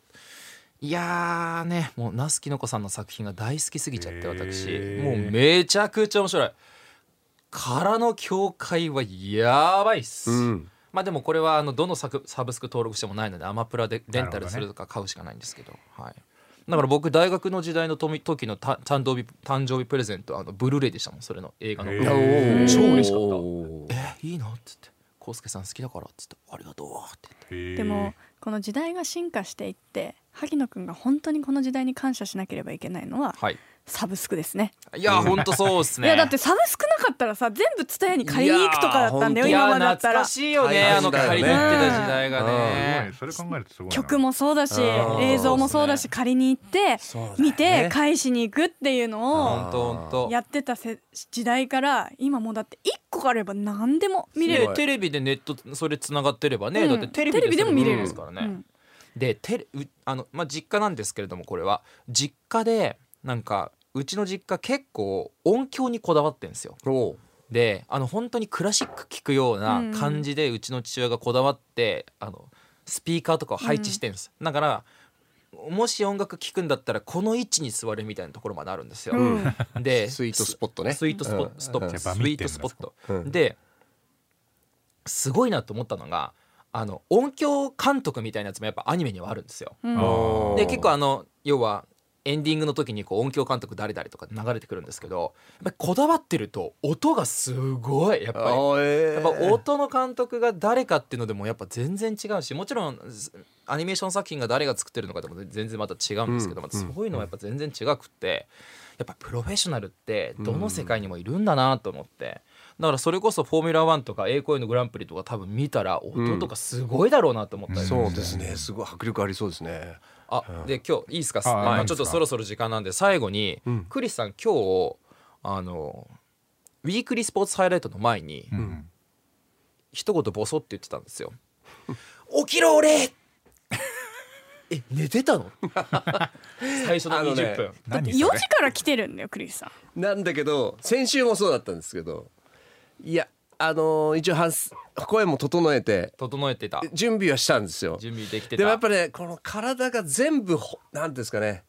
Speaker 2: いやーねもう那須きのこさんの作品が大好きすぎちゃっ
Speaker 1: へ
Speaker 2: て私
Speaker 1: ー
Speaker 2: もうめちゃくちゃ面白いからの教会はやばいっす、
Speaker 3: うん
Speaker 2: まあでもこれはあのどのサクサブスク登録してもないのでアマプラでレンタルす
Speaker 1: なる
Speaker 2: る
Speaker 1: ほ
Speaker 2: とか買うしかないんですけどはいだから僕大学の時代のとみ時のた誕生日誕生日プレゼントあのブルーレイでしたもんそれの映画の、
Speaker 1: へ
Speaker 3: いやお
Speaker 1: ー
Speaker 3: ー
Speaker 2: 超嬉しかった
Speaker 3: おー
Speaker 2: えいいのって言って「浩介さん好きだから」っつって「ありがとう」って言って
Speaker 1: へー
Speaker 4: でもこの時代が進化していって萩野くんが本当にこの時代に感謝しなければいけないのは
Speaker 2: はい
Speaker 4: サブスクですね
Speaker 2: いやほんとそうっすね
Speaker 4: いやだってサブスクなかったらさ全部蔦屋に借りに行くとかだったんだよ
Speaker 2: いや
Speaker 4: 今ま
Speaker 2: ー
Speaker 4: でだった
Speaker 2: 懐
Speaker 4: ら
Speaker 2: かしいよね
Speaker 3: 大
Speaker 2: あ
Speaker 3: 変
Speaker 2: の
Speaker 3: だよね
Speaker 2: 借りに行ってた時代が
Speaker 1: すごい
Speaker 2: ね
Speaker 1: それ考えるとすごいな
Speaker 4: 曲もそうだし
Speaker 2: うん
Speaker 4: 映像もそうだ
Speaker 2: そ
Speaker 4: し借りに行って
Speaker 3: そうだよね
Speaker 4: 見て返しに行くっていうの
Speaker 2: 本
Speaker 4: を
Speaker 2: 当本当
Speaker 4: やってたせ時代から今もうだって1個あれば何でも見れ
Speaker 2: で
Speaker 4: る
Speaker 2: テレビでネットそれつながってればね、
Speaker 4: うん
Speaker 2: だってテレビ
Speaker 4: テレビでも見れる
Speaker 2: ですからね、でテレうあの、まあ、実家なんですけれどもこれは実家でなんかうちの実家結構音響にこだわってんですよ
Speaker 3: おー
Speaker 2: であの本当にクラシック聴くような感じでうちの父親がこだわってあのスピーカーとかを配置してるんです、だからもし音楽聴くんだったらこの位置に座るみたいなところまであるんですよ、で
Speaker 3: (laughs) スイートスポットね
Speaker 2: スイートスポット、
Speaker 3: うん
Speaker 2: ストッ
Speaker 1: うん
Speaker 2: プスイートスポット、ですごいなと思ったのがあの音響監督みたいなやつもやっぱアニメにはあるんですよ。
Speaker 1: あー
Speaker 2: で結構あの要はエンディングの時にこう音響監督誰々とか流れてくるんですけどやっぱりこだわってると音がすごいやっぱり。
Speaker 3: あーえ
Speaker 2: やっ
Speaker 3: ー
Speaker 2: ぱ音の監督が誰かっていうのでもやっぱ全然違うしもちろんすアニメーション作品が誰が作ってるのかでも全然また違うんですけど、またそういうのはやっぱ全然違くってやっぱプロフェッショナルってどの世界にもいるんだなと思って、だからそれこそフォーミュラ1とか栄光へのグランプリとか多分見たら音とかすごいだろうなと思ったり、
Speaker 3: そうですねすごい迫力ありそうですね
Speaker 2: あで今日いいですか、
Speaker 1: あ
Speaker 2: ま
Speaker 1: いい
Speaker 2: あ、
Speaker 1: ん
Speaker 2: ち
Speaker 1: す
Speaker 2: ょっ
Speaker 1: か
Speaker 2: とそろそろ時間なんで最後に、クリスさん今日あのウィークリースポーツハイライトの前に、
Speaker 1: ん
Speaker 2: 一言ボソって言ってたんですよ「起きろ俺!」え寝てたの (laughs) 最初の
Speaker 3: あのね
Speaker 2: 20分、
Speaker 4: だって
Speaker 1: 何
Speaker 4: 4
Speaker 1: それ
Speaker 4: 時から来てるんだよクリスさん
Speaker 3: なんだけど先週もそうだったんですけどいやあのー一応反す声も整えて
Speaker 2: 整えてた
Speaker 3: 準備はしたんですよ
Speaker 2: 準備できてた
Speaker 3: でもやっぱねこの体が全部ほなんていうんですかね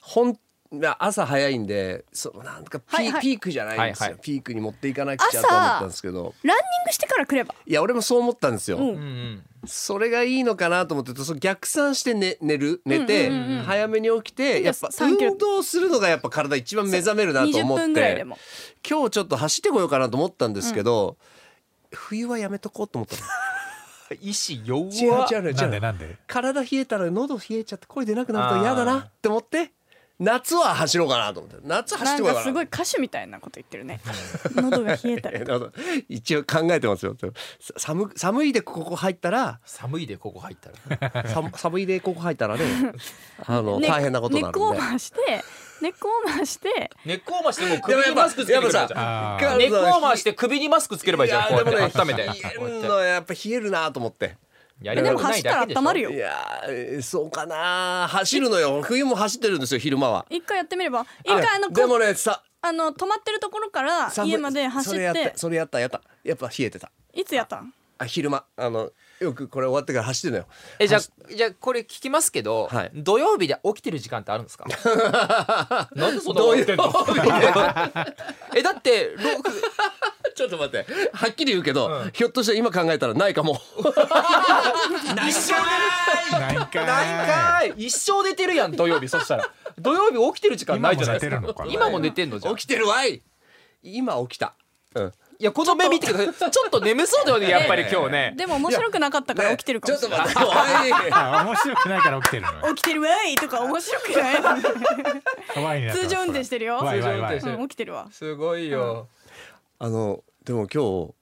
Speaker 3: ほんまあ朝早いんでそのなんかピ,、
Speaker 4: はいはい
Speaker 3: ピークじゃないんですよ、
Speaker 2: はいはい
Speaker 3: ピークに持っていかなくちゃと思ったんですけど
Speaker 4: ランニングしてから来れば
Speaker 3: いや俺もそう思ったんですよ、
Speaker 4: うん
Speaker 2: うんうん
Speaker 3: それがいいのかなと思ってその逆算して寝寝る寝て、早めに起きてやっぱ
Speaker 4: 3キロ
Speaker 3: 運動するのがやっぱ体一番目覚めるなと
Speaker 4: 20
Speaker 3: 思って
Speaker 4: 分ぐらいでも
Speaker 3: 今日ちょっと走ってこようかなと思ったんですけど、冬はやめとこうと思ったの
Speaker 2: 意志弱
Speaker 3: (laughs) 違う違う違う
Speaker 1: なんでなんで
Speaker 3: 体冷えたら喉冷えちゃって声出なくなると嫌だなって思って夏は走ろうかなと思って夏走っ
Speaker 4: な
Speaker 3: て
Speaker 4: ん
Speaker 3: こよう
Speaker 4: か
Speaker 3: か
Speaker 4: す
Speaker 3: な
Speaker 4: ごい歌手みたいなこと言っ
Speaker 3: (laughs)
Speaker 4: てるね喉が冷えた
Speaker 3: え
Speaker 4: ら
Speaker 3: ーなるほど (laughs) 一応考えてますよさ寒く寒いでここ入ったら
Speaker 2: 寒いでここ入ったら
Speaker 3: 寒寒いでここ入ったら (laughs) ねあの
Speaker 4: ね
Speaker 3: 大変なことに
Speaker 4: ネ
Speaker 3: な
Speaker 4: ッ
Speaker 3: る
Speaker 4: ク
Speaker 3: ん
Speaker 4: ウォ
Speaker 3: で
Speaker 4: ーマーしてネックウォーマーして
Speaker 2: 根っこをましてもう
Speaker 3: で
Speaker 2: 首
Speaker 3: も
Speaker 2: にマスクつけてくればいいじゃん
Speaker 1: あ
Speaker 3: か
Speaker 1: ー
Speaker 2: 根っこを回して首にマスクつければいいじゃん
Speaker 3: い
Speaker 2: こ
Speaker 3: や
Speaker 2: う
Speaker 3: でも
Speaker 2: や
Speaker 3: ね
Speaker 2: って温めてこ
Speaker 3: 冷
Speaker 2: う
Speaker 3: え
Speaker 2: やっ
Speaker 3: る
Speaker 2: て
Speaker 3: のはやっぱ冷えるなと思って
Speaker 2: や
Speaker 4: えでも走ったら温まる
Speaker 3: い
Speaker 4: よ
Speaker 3: やーえーそうかな走るのよ冬も走ってるんですよ昼間は
Speaker 4: 一回やってみれば一回あのこ
Speaker 3: でもねさ
Speaker 4: あの止まってるところから
Speaker 3: 寒い
Speaker 4: 家まで走
Speaker 3: それ
Speaker 4: っ
Speaker 3: や
Speaker 4: て
Speaker 3: それやったやったやっぱ冷えてた
Speaker 4: いつやったん
Speaker 3: あ昼間あのよくこれ終わってから走ってるのよ
Speaker 2: えじゃ
Speaker 3: 走
Speaker 2: あじゃあこれ聞きますけど、
Speaker 3: はい
Speaker 2: 土曜日で起きてる時間ってあるんです
Speaker 3: (laughs)
Speaker 2: かなんでそんなこ
Speaker 3: ど
Speaker 2: と
Speaker 3: う
Speaker 2: 言
Speaker 3: いう
Speaker 2: ってんの (laughs) えだってろく
Speaker 3: (laughs) ちょっと待って (laughs) はっきり言うけど、ひょっとして今考えたらないかも
Speaker 2: 一生
Speaker 1: ないんかい
Speaker 2: 寝てる一生寝てるやん土曜日そしたら土曜日起きてる時間ないじゃないですか
Speaker 1: 今も寝てるのかな
Speaker 2: 今も寝てんのじゃん
Speaker 3: 起きてるわい今起きた、うん、
Speaker 2: いやこの目見てくださいちょっと眠そうだよね (laughs) やっぱり今日ね
Speaker 4: でも面白くなかったから起きてるかもしれな
Speaker 3: ち
Speaker 4: い
Speaker 2: (laughs)
Speaker 3: ょっと待っておい
Speaker 1: あ面白くないから起きてるのよ
Speaker 4: 起きてるわいとか面白くないのに
Speaker 1: 怖いね
Speaker 4: 通常運転してるよ
Speaker 1: 怖い怖い怖い
Speaker 2: 通常運転してる
Speaker 4: うん起きてるわ
Speaker 2: すごいよ、
Speaker 3: あのでも今日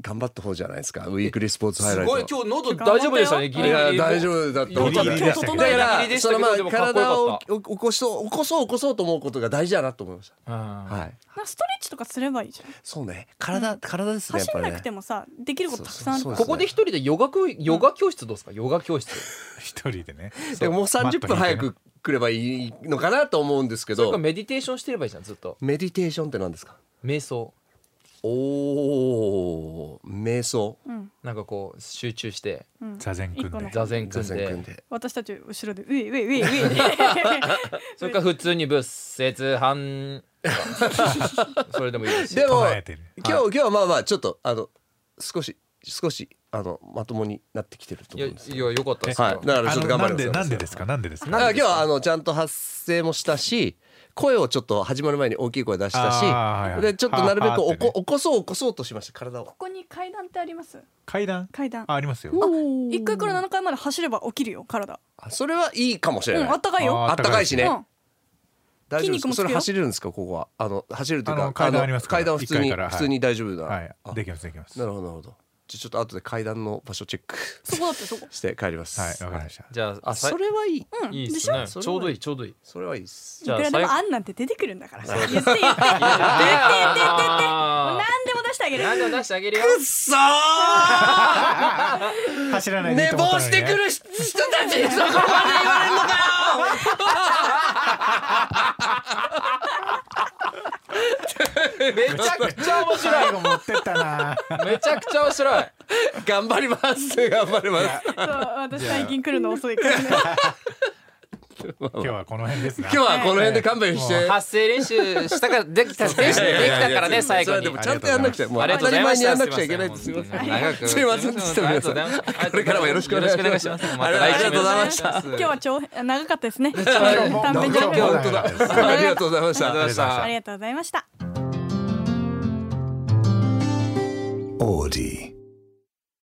Speaker 3: 頑張った方じゃないですかウィークリースポーツハイ
Speaker 2: す
Speaker 3: ライト
Speaker 2: ごい今日喉大丈夫でしたねギリギリ
Speaker 3: いや大丈夫だった
Speaker 2: よかった
Speaker 1: ギリギリでしたけど
Speaker 3: だか
Speaker 2: ギリギリで
Speaker 3: ら
Speaker 2: した
Speaker 3: そ
Speaker 2: けど
Speaker 3: のま
Speaker 2: で
Speaker 3: あ
Speaker 2: もかっこよ
Speaker 3: 体
Speaker 2: か
Speaker 3: を
Speaker 2: った
Speaker 3: 起こそう起こそう起こそうと思うことが大事だなと思いまし
Speaker 2: うん
Speaker 3: たはい
Speaker 4: なストレッチとかすればいいじゃん
Speaker 3: そうね体体ですねやっ
Speaker 4: 走
Speaker 3: ぱ
Speaker 4: ん
Speaker 3: り
Speaker 4: な
Speaker 3: ね
Speaker 4: くてもさできることたくさんある
Speaker 3: そう
Speaker 2: ここで一人でヨガ教ヨガ教室どうですかヨガ教室
Speaker 1: 一人でね
Speaker 3: でももう30分早
Speaker 1: マッ
Speaker 3: く来ればいいのかなと思うんですけ
Speaker 2: それか
Speaker 3: ど
Speaker 2: メディテーションしてればいいじゃんずっと
Speaker 3: メディテーションって何ですか
Speaker 2: 瞑想
Speaker 3: おー瞑想
Speaker 2: なんかこう集中して
Speaker 1: 座禅組ん
Speaker 4: 一個の
Speaker 1: で
Speaker 2: 座禅組
Speaker 3: 座
Speaker 2: ん
Speaker 3: 禅
Speaker 2: で
Speaker 3: 組んで
Speaker 4: 私たち後ろでウイウイウイウイ
Speaker 2: それか普通に仏説
Speaker 3: (laughs)
Speaker 2: 反それでもいいですし
Speaker 3: でも
Speaker 1: 唱えてる
Speaker 3: 今日今日はまあまあちょっとあの少し少しあのまともになってきてると
Speaker 2: い
Speaker 3: 思
Speaker 2: や
Speaker 3: うんです
Speaker 2: い
Speaker 3: よ
Speaker 2: やよかったですよ、
Speaker 3: はいだからちょっと頑張ります
Speaker 1: あのなんでなんでですかなんでですか
Speaker 2: な
Speaker 3: あ
Speaker 2: んで
Speaker 3: 今
Speaker 2: です
Speaker 3: 日はあのちゃんと発声もしたし声をちょっと始まる前に大きい声出した
Speaker 1: あー
Speaker 3: し、
Speaker 1: はいはい
Speaker 3: でちょっとなるべく
Speaker 1: はーはー
Speaker 3: 起
Speaker 1: ってね
Speaker 3: こ起こそう起こそうとしました体を
Speaker 4: ここに階段ってあります
Speaker 1: 階段
Speaker 4: 階段
Speaker 1: あありますよ
Speaker 4: 1階から7階まで走れば起きるよ体
Speaker 3: あそれはいいかもし
Speaker 4: う
Speaker 3: れない、
Speaker 4: んあったかいよ
Speaker 3: あったかいしね、
Speaker 4: うん
Speaker 3: 大丈夫で
Speaker 4: 筋
Speaker 3: す
Speaker 4: 肉もつく
Speaker 3: そ
Speaker 4: よ
Speaker 3: れ走れるんですかここはあの走るというか
Speaker 1: あの階段ありますから
Speaker 3: 階段は普通
Speaker 1: 一
Speaker 3: に、
Speaker 1: 階からはい
Speaker 3: 普通に大丈夫だ、
Speaker 1: はい
Speaker 3: あ
Speaker 1: できますできます
Speaker 3: な
Speaker 1: は
Speaker 3: るほどなるほどじゃあちょっと後で階段の場所チェック (laughs)
Speaker 4: そこだってそこ
Speaker 3: して帰りま
Speaker 1: い
Speaker 3: す
Speaker 1: わかりました
Speaker 2: じゃあ
Speaker 3: あ
Speaker 2: さ
Speaker 3: それはいい、
Speaker 4: うん
Speaker 2: いいで
Speaker 4: ですしょ
Speaker 2: ねちょうどいいちょうどいい
Speaker 3: それはいいです
Speaker 2: じゃあ
Speaker 4: いくらでも
Speaker 2: 最
Speaker 4: あんなんて出てくるんだから言って言って言って言って言ってもう
Speaker 2: (laughs) あ
Speaker 4: 何でも出してあげる
Speaker 2: ー何でも出してあげるよ
Speaker 3: くっそー
Speaker 1: 走らないでいい
Speaker 3: 寝
Speaker 1: と思った
Speaker 3: 坊
Speaker 1: のに
Speaker 3: し
Speaker 1: ね
Speaker 3: てくる人たちそこまで言われるのか
Speaker 2: めちゃくちゃ面
Speaker 1: (laughs)
Speaker 2: 白
Speaker 1: 最後持ってった
Speaker 3: (laughs)
Speaker 1: な
Speaker 2: いめちゃくちゃ面白い
Speaker 3: よ頑張ります頑張ります
Speaker 4: そう私最近来るの遅いか
Speaker 3: (laughs)
Speaker 4: らね
Speaker 1: 今日はこの辺ですな
Speaker 3: 今日はこの辺で勘弁して、
Speaker 2: (laughs) 発声練習したからできたできたからね最後
Speaker 3: それはで
Speaker 2: に
Speaker 3: もちゃんとやんなくちゃもう
Speaker 2: あり
Speaker 3: 当
Speaker 2: がとうござ
Speaker 3: たり
Speaker 2: いま
Speaker 3: 前
Speaker 2: し
Speaker 3: に
Speaker 2: た
Speaker 3: やんなくちゃいけないですよ
Speaker 2: 長く
Speaker 3: すいませんでした
Speaker 2: ありがとうございます
Speaker 3: (laughs) これからもよろしくお願いします
Speaker 2: ます
Speaker 3: ありがとうございます
Speaker 2: また来週も
Speaker 4: 今日は長編長かったで
Speaker 3: (laughs)
Speaker 4: すね
Speaker 1: も
Speaker 4: 短編じゃなくて
Speaker 1: もう
Speaker 3: 本当だありがとうございました
Speaker 2: ありがとうございました
Speaker 4: ありがとうございました
Speaker 5: オーディ